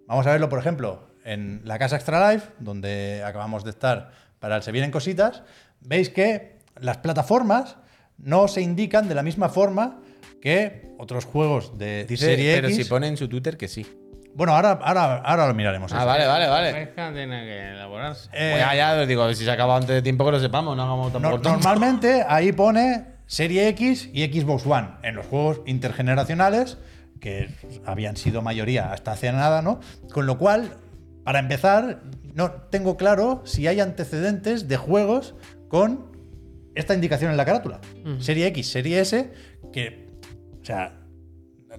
S3: Vamos a verlo, por ejemplo, en la casa Extra Life, donde acabamos de estar para el Se Vienen Cositas. Veis que las plataformas no se indican de la misma forma que otros juegos de
S2: Dice,
S3: serie
S2: pero
S3: X.
S2: si pone en su Twitter que sí.
S3: Bueno, ahora, ahora, ahora lo miraremos.
S2: Ah,
S3: eso.
S2: vale, vale,
S1: La
S2: vale.
S1: repesca tiene que elaborarse.
S3: Eh,
S2: Pues ya, ya, digo, si se acaba antes de tiempo que lo sepamos, no hagamos
S3: No-
S2: tampoco tontos.
S3: normalmente ahí pone Serie X y Xbox One en los juegos intergeneracionales, que habían sido mayoría hasta hace nada, ¿no? Con lo cual, para empezar, no tengo claro si hay antecedentes de juegos con esta indicación en la carátula. Serie X, Serie S, que, o sea,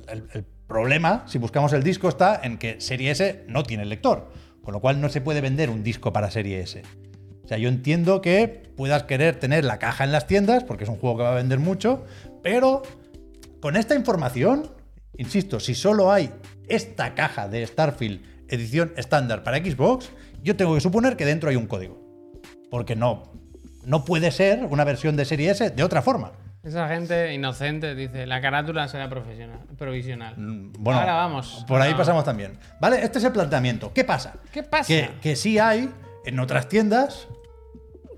S3: el, el problema, si buscamos el disco, está en que Serie S no tiene lector, con lo cual no se puede vender un disco para Serie S. O sea, yo entiendo que puedas querer tener la caja en las tiendas, porque es un juego que va a vender mucho, pero con esta información, insisto, si solo hay esta caja de Starfield edición estándar para Xbox, yo tengo que suponer que dentro hay un código. Porque no, no puede ser una versión de Serie S de otra forma.
S1: Esa gente inocente dice, la carátula será profesional, provisional.
S3: Mm, Bueno,
S1: Ahora vamos.
S3: Por ahí
S1: Ah.
S3: pasamos también. Vale, este es el planteamiento. ¿Qué pasa?
S1: ¿Qué pasa?
S3: Que, que sí hay en otras tiendas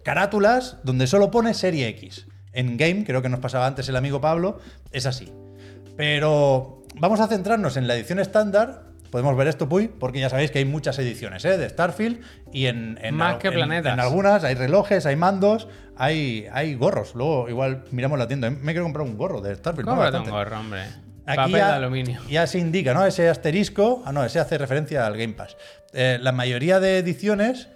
S3: carátulas donde solo pone serie X. En Game, creo que nos pasaba antes el amigo Pablo, es así. Pero vamos a centrarnos en la edición estándar. Podemos ver esto, Puy, porque ya sabéis que hay muchas ediciones ¿eh? de Starfield y en, en-
S1: Más que
S3: en-
S1: planetas.
S3: en algunas hay relojes, hay mandos, hay, hay gorros. Luego igual miramos la tienda. Me quiero comprar un gorro de Starfield. mola
S1: Cómprate un
S3: bastante.
S1: gorro, hombre.
S3: Aquí
S1: Papel
S3: ya,
S1: de aluminio.
S3: ya se indica, ¿no? Ese asterisco. Ah, no, ese hace referencia al Game Pass. Eh, la mayoría de ediciones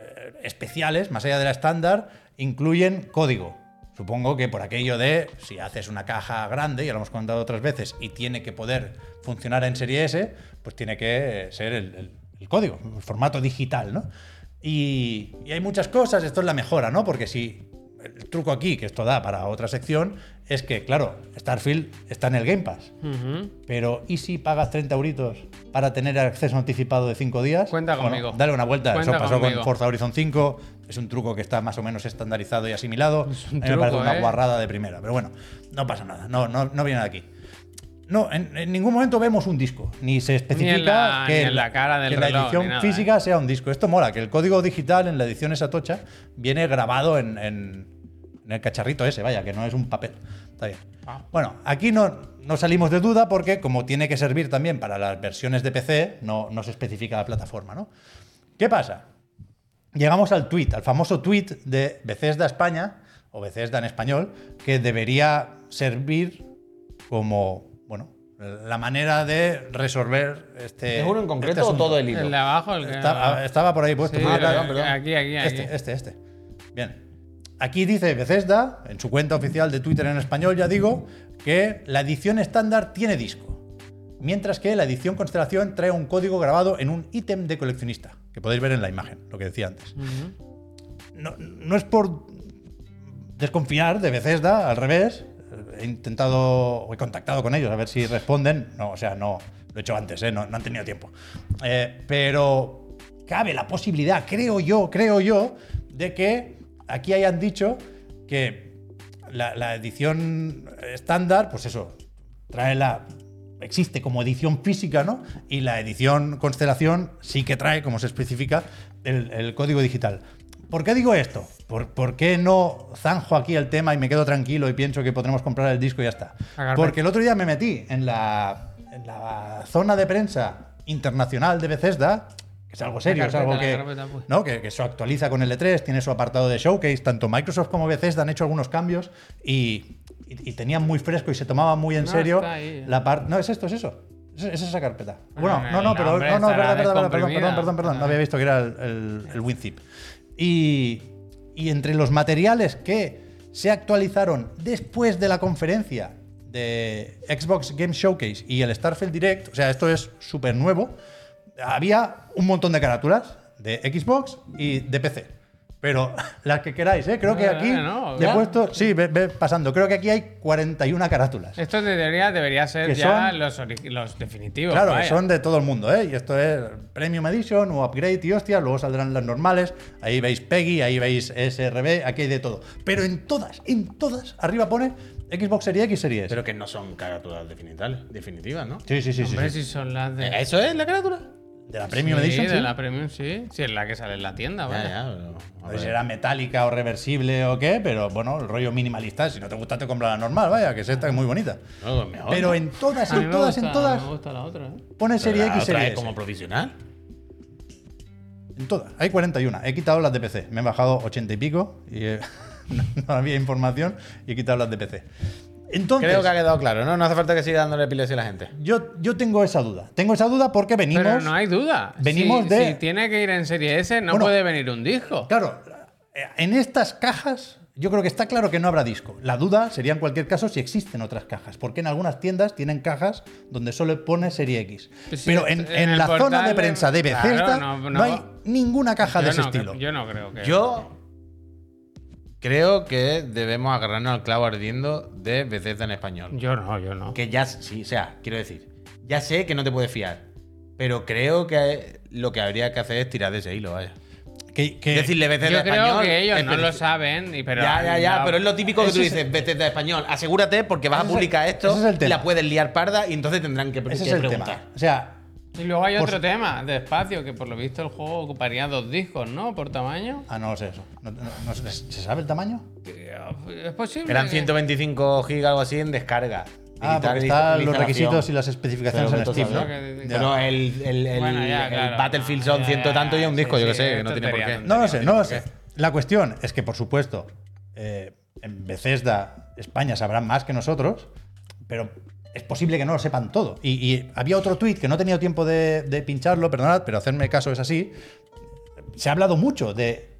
S3: eh, especiales, más allá de la estándar, incluyen código. Supongo que por aquello de si haces una caja grande, ya lo hemos contado otras veces, y tiene que poder funcionar en serie S, pues tiene que ser el, el- el código, el formato digital, ¿no? Y, y hay muchas cosas, esto es la mejora, ¿no? Porque si el truco aquí, que esto da para otra sección, es que, claro, Starfield está en el Game Pass.
S1: Ujú.
S3: Pero ¿y si pagas 30 euritos para tener acceso anticipado de 5 días?
S1: Cuenta conmigo.
S3: Dale una vuelta.
S1: Cuenta
S3: Eso pasó
S1: conmigo.
S3: con Forza Horizon 5. Es un truco que está más o menos estandarizado y asimilado.
S1: un
S3: A mí me parece
S1: truco,
S3: una
S1: ¿eh?
S3: guarrada de primera. Pero bueno, no pasa nada. No, no, no viene de aquí. No, en, en ningún momento vemos un disco. Ni se especifica
S1: la- ni
S3: que,
S1: en la cara del
S3: que la
S1: reloj,
S3: edición
S1: ni nada, ¿eh?
S3: física sea un disco. Esto mola, que el código digital en la edición esa tocha viene grabado en, en- en el cacharrito ese, vaya, que no es un papel. Está bien.
S1: Ah.
S3: Bueno, aquí no, no salimos de duda porque como tiene que servir también para las versiones de PC, no, no se especifica la plataforma, ¿no? ¿Qué pasa? Llegamos al tweet, al famoso tweet de Bethesda España, o Bethesda en español, que debería servir como, bueno, la manera de resolver este.
S2: ¿Es uno en concreto
S3: este
S2: o todo
S3: asunto.
S2: el hilo?
S1: El de abajo, el que...
S3: Está- ah, estaba por ahí puesto.
S1: Sí,
S3: Ah,
S1: pero-
S3: claro.
S1: Aquí, aquí, aquí.
S3: Este, este, este. Bien. Aquí dice Bethesda, en su cuenta oficial de Twitter en español, ya digo, que la edición estándar tiene disco. Mientras que la edición Constelación trae un código grabado en un ítem de coleccionista, que podéis ver en la imagen, lo que decía antes.
S1: Ujú.
S3: No, no es por desconfiar de Bethesda, al revés. He intentado, o he contactado con ellos a ver si responden. No, o sea, no, lo he hecho antes, ¿eh? no, no han tenido tiempo. Eh, pero cabe la posibilidad, creo yo, creo yo, de que aquí hayan dicho que la, la edición estándar, pues eso, trae la. Existe como edición física, ¿no? Y la edición constelación sí que trae, como se especifica, el, el código digital. ¿Por qué digo esto? ¿Por, por qué no zanjo aquí el tema y me quedo tranquilo y pienso que podremos comprar el disco y ya está?
S1: Agarme.
S3: Porque el otro día me metí en la, en la zona de prensa internacional de Bethesda, que es algo serio, es
S1: carpeta,
S3: algo
S1: la
S3: que,
S1: carpeta, pues.
S3: ¿no? que, que se actualiza con el E3, tiene su apartado de showcase. Tanto Microsoft como Bethesda han hecho algunos cambios y, y- y tenían muy fresco y se tomaban muy en
S1: No,
S3: serio
S1: está ahí.
S3: la parte. No, es esto, es eso. Es, es esa carpeta.
S1: Ah,
S3: Bueno, no, no,
S1: el
S3: pero.
S1: hombre
S3: No, no, es
S1: estará
S3: verdad, verdad, verdad, perdón,
S1: descomprimida.
S3: perdón, perdón, perdón. No había visto que era el, el, el WinZip. Y, y entre los materiales que se actualizaron después de la conferencia de Xbox Game Showcase y el Starfield Direct, o sea, esto es súper nuevo, había un montón de carátulas de Xbox y de PC. Pero (laughs) las que queráis, ¿eh? creo que
S1: Vale,
S3: aquí
S1: no,
S3: le he
S1: ya.
S3: puesto, sí, ve, ve pasando, creo que aquí hay 41 carátulas.
S1: Esto de- debería, debería ser
S3: Que
S1: ya
S3: son-
S1: los, ori- los definitivos.
S3: Claro,
S1: vaya.
S3: que son de todo el mundo, ¿eh? Y esto es Premium Edition o Upgrade y hostia, luego saldrán las normales. Ahí veis Peggy, ahí veis SRB, aquí hay de todo. Pero en todas, en todas, arriba pone Xbox Series X Series.
S2: Pero que no son carátulas definitales- definitivas, ¿no?
S3: sí, sí, sí, sí,
S1: Hombre,
S3: sí.
S1: si son las de.
S2: Eh, ¿Eso es la carátula?
S3: De la Premium
S1: Sí,
S3: Edition,
S1: de
S3: sí.
S1: la Premium, sí. Sí, es la que sale en la tienda,
S2: Ya,
S1: vaya.
S2: ya, pero- a
S3: No
S2: ver.
S3: sé si era metálica o reversible o qué, pero bueno, el rollo minimalista, si no te gusta te compra la normal, vaya, que es esta que es muy bonita.
S2: No, pues mejor.
S3: Pero en todas,
S1: A mí
S3: en
S1: me
S3: todas,
S1: gusta-
S3: en todas,
S1: Me gusta la otra, ¿eh?
S3: pone
S2: Pero la
S3: Serie X,
S2: otra
S3: Serie
S2: es
S3: S.
S2: como provisional.
S3: En todas. Hay 41. He quitado las de PC. Me han bajado 80 y pico y eh, (laughs) no, no había información y he quitado las de PC. Entonces,
S2: Creo que ha quedado claro, ¿no? No hace falta que siga dándole pilas a la gente.
S3: yo, yo tengo esa duda. Tengo esa duda porque venimos.
S1: Pero no hay duda.
S3: venimos
S1: Si-
S3: de-
S1: Si tiene que ir en serie S, no
S3: Bueno,
S1: puede venir un disco.
S3: Claro, eh, en estas cajas yo creo que está claro que no habrá disco. La duda sería en cualquier caso si existen otras cajas, porque en algunas tiendas tienen cajas donde solo pone serie X.
S1: Pues sí,
S3: Pero en,
S1: en
S3: en
S1: el
S3: la zona
S1: portal
S3: de
S1: de-
S3: prensa de
S1: Claro,
S3: Bethesda
S1: no-
S3: no,
S1: no-
S3: hay ninguna caja de
S1: Yo
S3: ese
S1: no,
S3: estilo.
S1: Yo no creo que.
S2: Yo creo que debemos agarrarnos al clavo ardiendo de Bethesda en español.
S1: Yo no, yo no.
S2: Que ya, sí, o sea, quiero decir, ya sé que no te puedes fiar, pero creo que eh, lo que habría que hacer es tirar de ese hilo, vaya.
S3: Que- que-
S2: Decirle Bethesda
S1: Yo creo
S2: español.
S1: que ellos
S2: es
S1: no lo
S2: Bethesda.
S1: saben, y pero
S2: ya, ya, ya, pero es lo típico que tú
S3: Ese es-
S2: dices, Bethesda español. Asegúrate porque vas a
S3: Ese es el-
S2: publicar esto,
S3: ese es el tema.
S2: la puedes liar parda y entonces tendrán que,
S3: ese
S2: que
S3: es el
S2: preguntar.
S3: tema. O sea,
S1: Y luego hay
S3: Por
S1: otro
S3: su-
S1: tema de espacio, que por lo visto el juego ocuparía dos discos, ¿no? Por tamaño.
S3: Ah, no lo sé eso. No- no- no sé. ¿Se sabe el tamaño?
S1: Es posible.
S2: Eran
S1: que-
S2: 125 gigas o así en descarga.
S3: Ah,
S2: Digital-
S3: porque están los
S2: instalación.
S3: requisitos y las especificaciones
S2: Pero
S3: en
S2: que tú
S3: Steam, ¿no?
S1: sabes lo que-
S3: Ya.
S2: Pero el, el, el-
S1: Bueno, ya,
S2: el
S1: claro.
S2: Battlefield
S1: Ya,
S2: son
S1: ya,
S2: ciento tanto y es un
S1: sí,
S2: disco,
S1: sí,
S2: yo que sé, que no
S1: esto
S2: tiene por
S1: sería
S2: qué.
S1: tontería.
S3: No lo sé, no lo sé. La cuestión es que, por supuesto, eh, en Bethesda, España sabrán más que nosotros, pero es posible que no lo sepan todo. Y, y había otro tuit que no he tenido tiempo de, de pincharlo, perdonad, pero hacerme caso es así. Se ha hablado mucho de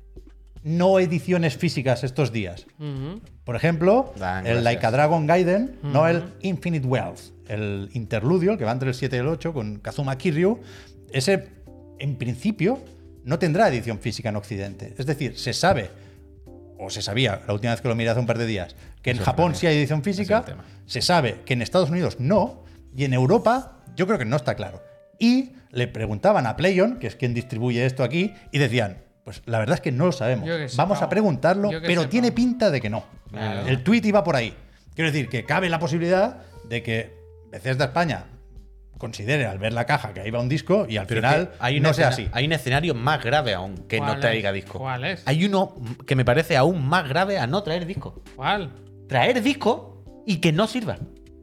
S3: no ediciones físicas estos días.
S1: Ujú.
S3: Por ejemplo,
S2: Dan,
S3: el
S2: gracias.
S3: Like a Dragon Gaiden, no el Infinite Wealth, el interludio, el que va entre el 7 y el 8 con Kazuma Kiryu, ese en principio no tendrá edición física en Occidente. Es decir, se sabe, o se sabía la última vez que lo miré hace un par de días, que en Japón sí hay edición física,
S2: tema.
S3: se sabe que en Estados Unidos no, y en Europa yo creo que no está claro. Y le preguntaban a PlayOn, que es quien distribuye esto aquí, y decían, pues la verdad es que no lo sabemos.
S1: Yo que sé,
S3: Vamos a
S1: vamos.
S3: preguntarlo,
S1: Yo que
S3: pero
S1: sé,
S3: tiene
S1: vamos.
S3: pinta de que no.
S2: Claro.
S3: El tweet iba por ahí. Quiero decir que cabe la posibilidad de que Bethesda España considere al ver la caja que ahí va un disco y al
S2: Pero es
S3: final
S2: que hay un
S3: no sea
S2: escena-
S3: así.
S2: Hay un escenario más grave aún que no
S1: ¿Cuál
S2: traiga
S1: es?
S2: disco.
S1: ¿Cuál es?
S2: Hay uno que me parece aún más grave a no traer disco.
S1: ¿Cuál?
S2: Traer disco y que no sirva.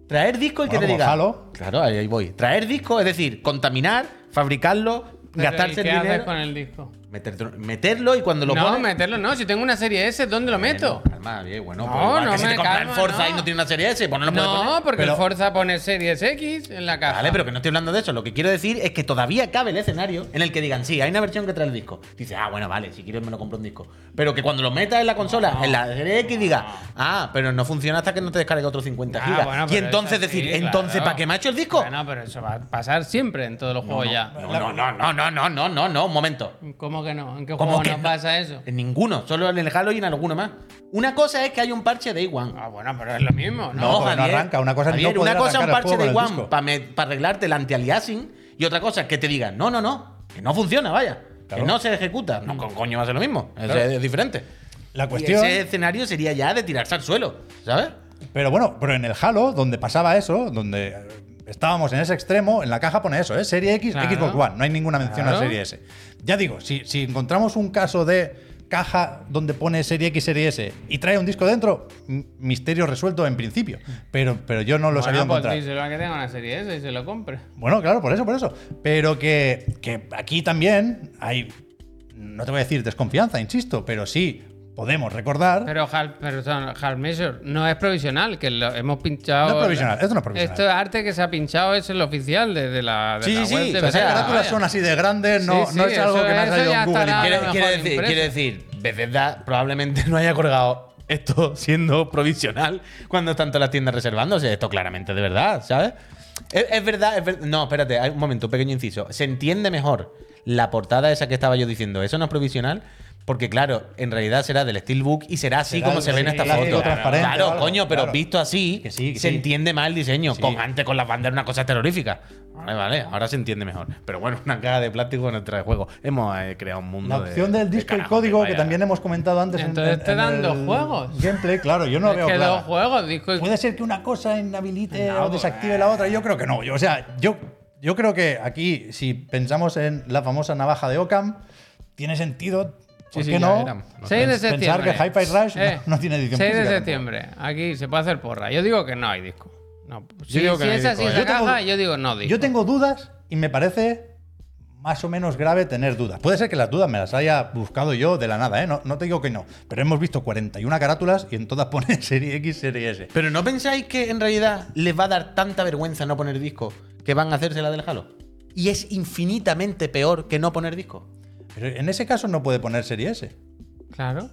S2: Traer disco y
S3: Bueno,
S2: que te
S3: como
S2: diga.
S3: Halo.
S2: Claro, ahí, ahí voy. Traer disco, es decir, contaminar, fabricarlo,
S1: Pero, ¿y
S2: gastarse el
S1: ¿Qué haces
S2: dinero.
S1: con el disco?
S2: meter- meterlo y cuando lo
S1: no,
S2: pones-
S1: meterlo no. Si tengo una serie S, ¿dónde lo meto?
S2: Calma, bien, bueno,
S1: No,
S2: pues igual
S1: no
S2: que si
S1: me
S2: te compras
S1: calma,
S2: el Forza
S1: no.
S2: y no tiene una serie S, pues no lo puedes poner.
S1: No, porque
S3: Pero-
S1: el Forza pone series X en la caja.
S2: Vale, pero que no estoy hablando de eso. Lo que quiero decir es que todavía cabe el escenario en el que digan, sí, hay una versión que trae el disco. Dice, ah, bueno, vale, si quieres me lo compro un disco. Pero que cuando lo metas en la consola, en la serie X, diga, ah, pero no funciona hasta que no te descargue otros 50
S1: Ah,
S2: gigas.
S1: bueno,
S2: y
S1: pero
S2: entonces
S1: eso sí,
S2: decir, entonces,
S1: claro.
S2: ¿para qué me ha hecho el disco?
S1: Bueno, pero eso va a pasar siempre en todos los juegos ya.
S2: no, no, no, no, no, no, no, no, no, un momento.
S1: ¿Cómo que no? ¿En qué
S2: ¿Cómo
S1: juego
S2: que
S1: no
S2: no?
S1: pasa eso?
S2: En ninguno, solo en el Halo y en alguno más. Una cosa es que hay un parche de Iwan.
S1: Ah, bueno, pero es lo mismo, ¿no?
S3: No, porque
S2: Javier.
S3: arranca. Una cosa es no
S2: Javier,
S3: poder
S2: una cosa es un
S3: arrancar el
S2: parche
S3: juego
S2: de
S3: con el
S2: One
S3: disco.
S2: para arreglarte el anti-aliasing y otra cosa es que te digan, no, no, no, que no funciona, vaya.
S3: Claro.
S2: Que no se ejecuta. No, con coño va a ser lo mismo. Es-
S3: Claro.
S2: Es, diferente.
S3: La
S2: Y
S3: cuestión.
S2: ese escenario sería ya de tirarse al suelo, ¿sabes?
S3: Pero bueno, pero en el Halo, donde pasaba eso, donde estábamos en ese extremo, en la caja pone eso, ¿eh? Serie X,
S1: Claro.
S3: Xbox One. No hay ninguna mención a
S1: Claro.
S3: Serie S. Ya digo, si, si encontramos un caso de caja donde pone Serie X, Serie S y trae un disco dentro, m- misterio resuelto en principio.
S2: Mm.
S3: Pero, pero yo no lo sabía
S1: bueno,
S3: encontrar.
S1: pues díselo a que tenga una serie S y se lo compre.
S3: Bueno, claro, por eso, por eso. Pero que, que aquí también hay, no te voy a decir desconfianza, insisto, pero sí podemos recordar.
S1: Pero half, pero son half measure no es provisional, que lo hemos pinchado.
S3: No es provisional, esto no es provisional.
S1: Esto arte que se ha pinchado es el oficial desde la, de
S2: Sí,
S1: la
S2: sí,
S1: web.
S2: sí,
S1: de
S2: o sea,
S1: Bethesda,
S3: las carátulas
S1: vaya.
S3: son así de grandes, no,
S1: Sí, sí,
S3: no es algo
S1: eso-
S3: que me ha
S1: eso
S3: salido
S1: ya
S3: en Google.
S1: estará-
S3: Quiere-
S1: a
S2: Quiere,
S1: lo
S2: quiere
S1: mejor
S2: decir,
S1: impresa.
S2: quiere decir, Bethesda probablemente no haya colgado esto siendo provisional cuando están todas las tiendas reservándose. Esto claramente de verdad, ¿sabes? Es, es verdad, es ver- No, espérate, hay un momento, un pequeño inciso. Se entiende mejor la portada esa que estaba yo diciendo. Eso no es provisional. Porque claro, en realidad será del Steelbook y será así
S3: Será
S2: como
S3: el-
S2: se ve en
S3: sí,
S2: esta
S3: claro,
S2: foto.
S3: transparente o
S2: Claro,
S3: algo,
S2: coño, pero
S3: claro.
S2: visto así,
S3: Que sí, que
S2: se
S3: sí.
S2: entiende mal el diseño.
S3: Sí.
S2: Con antes con las bandas era una cosa terrorífica. Vale, vale, ahora se entiende mejor. Pero bueno, una caja de plástico no trae juego. Hemos eh, creado un mundo.
S3: La
S2: de-
S3: opción del
S2: de
S3: disco y
S2: carajo
S3: código que
S2: vaya.
S3: también hemos comentado antes. en-
S1: Entonces
S3: en-
S1: te
S3: en
S1: dan
S3: el
S1: dos juegos.
S3: Gameplay, claro, yo no
S1: es
S3: veo
S1: que
S3: clara.
S1: dos juegos, disco y-
S3: Puede ser que una cosa inhabilite
S1: No,
S3: o desactive la otra. Yo creo que no. Yo, o sea, yo, yo creo que aquí, si pensamos en la famosa navaja de Occam, tiene sentido. ¿Por
S2: sí,
S3: qué
S2: ya
S3: no?
S2: eran.
S1: 6 de
S3: Pensar
S1: septiembre.
S3: que Hi-Fi Rush no- no tiene edición
S1: 6 de
S3: física
S1: septiembre. Aquí se puede hacer porra. Yo digo que no hay disco. No, pues si
S2: digo que
S1: si
S2: no hay
S1: es así
S2: disco,
S1: esa
S3: ¿eh? Yo tengo-
S1: caja, yo digo no disco.
S3: Yo tengo dudas y me parece más o menos grave tener dudas. Puede ser que las dudas me las haya buscado yo de la nada, ¿eh? No, no te digo que no. Pero hemos visto 41 carátulas y en todas (laughs) pone serie X, serie S.
S2: Pero ¿no pensáis que en realidad les va a dar tanta vergüenza no poner disco que van a hacerse la del Halo? Y es infinitamente peor que no poner disco.
S3: Pero en ese caso no puede poner serie S.
S1: Claro.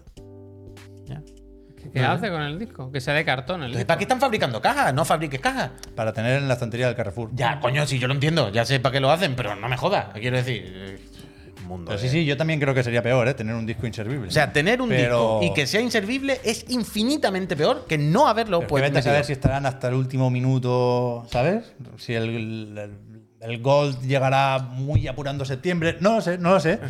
S2: Ya.
S1: ¿Qué, qué hace con el disco? Que sea de cartón el
S2: Entonces,
S1: disco.
S2: ¿para qué están fabricando cajas? No fabriques cajas.
S3: Para tener en la estantería del Carrefour.
S2: Ya, coño, sí, yo lo entiendo. Ya sé para qué lo hacen, pero no me jodas. Quiero decir, eh, mundo.
S3: Pero
S2: de-
S3: sí, sí, yo también creo que sería peor, ¿eh? Tener un disco inservible.
S2: O sea, tener un
S3: Pero-
S2: disco y que sea inservible es infinitamente peor que no haberlo
S3: Pero es que
S2: puesto.
S3: vete a
S2: metido.
S3: saber si estarán hasta el último minuto, ¿sabes? Si el, el, el Gold llegará muy apurando septiembre. No lo sé, no lo sé.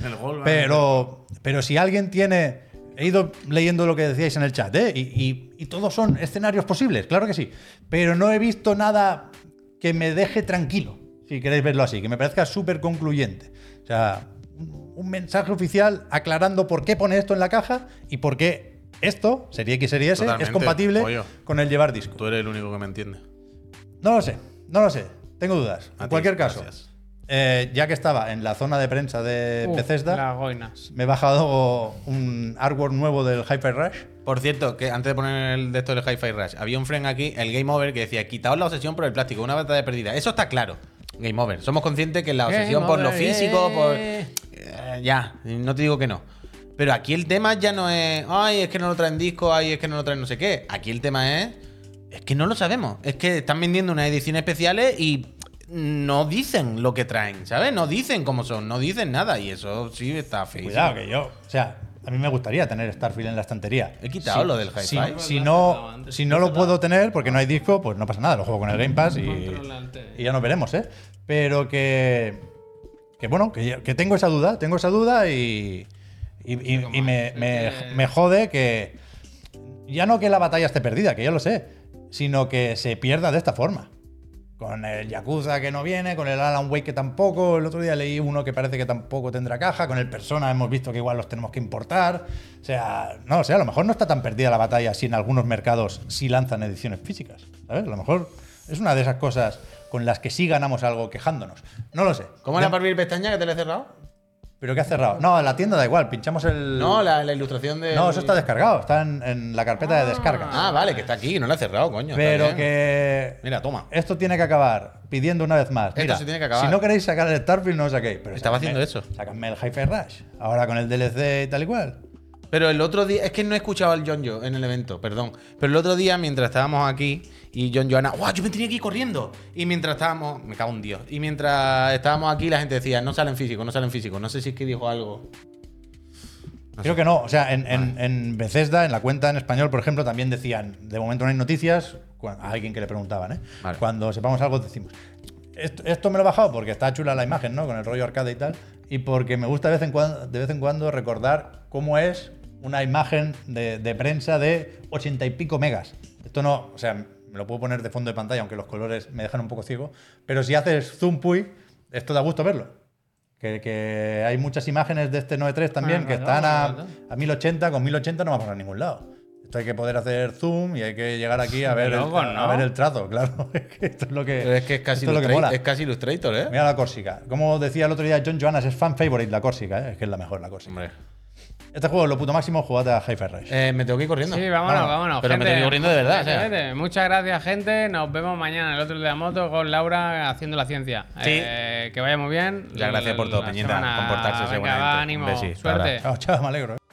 S3: pero, pero si alguien tiene. He ido leyendo lo que decíais en el chat, ¿eh? Y, y- y todos son escenarios posibles, claro que sí. Pero no he visto nada que me deje tranquilo, si queréis verlo así, que me parezca súper concluyente. O sea, un un mensaje oficial aclarando por qué pone esto en la caja y por qué esto, sería X, sería S, es
S2: Totalmente,
S3: compatible
S2: pollo.
S3: con el llevar disco.
S2: eres el único que me entiende.
S3: No lo sé, no lo sé. Tengo dudas.
S2: A ti,
S3: en cualquier caso,
S2: gracias.
S3: eh, ya que estaba en la zona de prensa de
S1: Uf,
S3: Bethesda,
S1: Las goinas.
S3: me he bajado un artwork nuevo del Hyper Rush.
S2: Por cierto, que antes de poner el de esto del Hi-Fi Rush, había un friend aquí, el Game Over, que decía: quitaos la obsesión por el plástico, una batalla perdida. Eso está claro. Game Over. Somos conscientes que la
S1: Game
S2: obsesión por lo
S1: over,
S2: físico, por.
S1: eh.
S2: Eh, ya, no te digo que no. Pero aquí el tema ya no es. Ay, es que no lo traen disco, ay, es que no lo traen no sé qué. Aquí el tema es. Es que no lo sabemos. Es que están vendiendo unas ediciones especiales y no dicen lo que traen, ¿sabes? No dicen cómo son, no dicen nada. Y eso sí está feo.
S3: Cuidado, que yo. O sea, a mí me gustaría tener Starfield en la estantería.
S2: He quitado lo del
S3: Si,
S2: Hi-Fi.
S3: si no, si no lo puedo tener porque no hay disco, pues no pasa nada. Lo juego con el Game Pass y,
S1: Controla el TV.
S3: y ya nos veremos, ¿eh? Pero que. Que bueno, que, ya- que tengo esa duda, tengo esa duda y. Y, y- y me, me- me jode que. Ya no que la batalla esté perdida, que ya lo sé, sino que se pierda de esta forma. Con el Yakuza que no viene, con el Alan Wake que tampoco. El otro día leí uno que parece que tampoco tendrá caja. Con el Persona hemos visto que igual los tenemos que importar. O sea, no, o sea, a lo mejor no está tan perdida la batalla si en algunos mercados sí lanzan ediciones físicas. ¿Sabes? A lo mejor es una de esas cosas con las que sí ganamos algo quejándonos. No lo sé.
S2: ¿Cómo era para abrir pestaña que te la he cerrado?
S3: ¿Pero qué ha cerrado? No, la tienda da igual. Pinchamos el.
S2: No, la, la ilustración de.
S3: No, eso está descargado. Está en, en la carpeta de descarga.
S2: Ah, vale, que está aquí, no la he cerrado, coño. está
S3: Pero
S2: bien.
S3: que.
S2: Mira, toma.
S3: Esto tiene que acabar pidiendo una vez más.
S2: Esto
S3: Mira,
S2: se tiene que acabar.
S3: Si no queréis sacar el Starfield, no lo saquéis. Pero
S2: Estaba
S3: sacadme-
S2: haciendo eso.
S3: Sacadme el Hyper Rush. Ahora con el DLC y tal y cual.
S2: Pero el otro día, es que no he escuchado al John Yo en el evento, perdón. Pero el otro día, mientras estábamos aquí, y John Joana, ¡guau! Yo me tenía que ir corriendo. Y mientras estábamos, me cago en Dios. Y mientras estábamos aquí, la gente decía, no salen físico, no salen físico. No sé si es que dijo algo.
S3: Creo que no. O sea, en, en, en Bethesda, en la cuenta en español, por ejemplo, también decían, de momento no hay noticias. Cu- A alguien que le preguntaban, ¿eh?
S2: Vale.
S3: Cuando sepamos algo, decimos. esto, esto me lo he bajado porque está chula la imagen, ¿no? Con el rollo arcade y tal. Y porque me gusta de vez en cuando, de vez en cuando recordar cómo es una imagen de, de prensa de 80 y pico megas. Esto no, o sea, me lo puedo poner de fondo de pantalla, aunque los colores me dejan un poco ciego. Pero si haces zoom puy, esto da gusto verlo. Que, que hay muchas imágenes de este 9.3 también
S1: Ah,
S3: que
S1: vale,
S3: están
S1: vale,
S3: a,
S1: vale.
S3: a 1080, con 1080 no vamos a ningún lado. Esto hay que poder hacer zoom y hay que llegar aquí a
S1: De
S3: ver,
S1: loco,
S3: el, a
S1: ¿no?
S3: ver el trazo, (laughs) claro. Es que esto es lo
S2: Pero
S3: que,
S2: es que es casi,
S3: Eh, esto es lo que
S2: Illustra-
S3: mola.
S2: es casi Illustrator, ¿eh?
S3: Mira la Córsica. Como decía el otro día John Joannas, es fan favorite la Córsica, ¿eh? es que es la mejor la Córsica.
S2: Hombre.
S3: Este juego, lo puto máximo, jugate a Hi-Fi Rush.
S2: Eh, me tengo que ir corriendo.
S1: Sí, vámonos,
S3: Vamos,
S1: vámonos.
S2: pero me
S1: gente.
S2: estoy aburriendo de verdad,
S1: Vete,
S2: o sea.
S1: vete. Muchas gracias, gente. Nos vemos mañana en el otro de la moto con Laura haciendo la ciencia.
S2: Sí.
S1: Eh, que vaya muy bien.
S2: Muchas gracias por todo,
S1: La
S2: Peñita,
S1: semana-
S2: comportarse
S1: Venga,
S2: seguramente.
S1: va,
S2: Un
S1: ánimo.
S2: besi, hasta ahora.
S1: Suerte.
S3: Chao, chao, me alegro. ¿eh?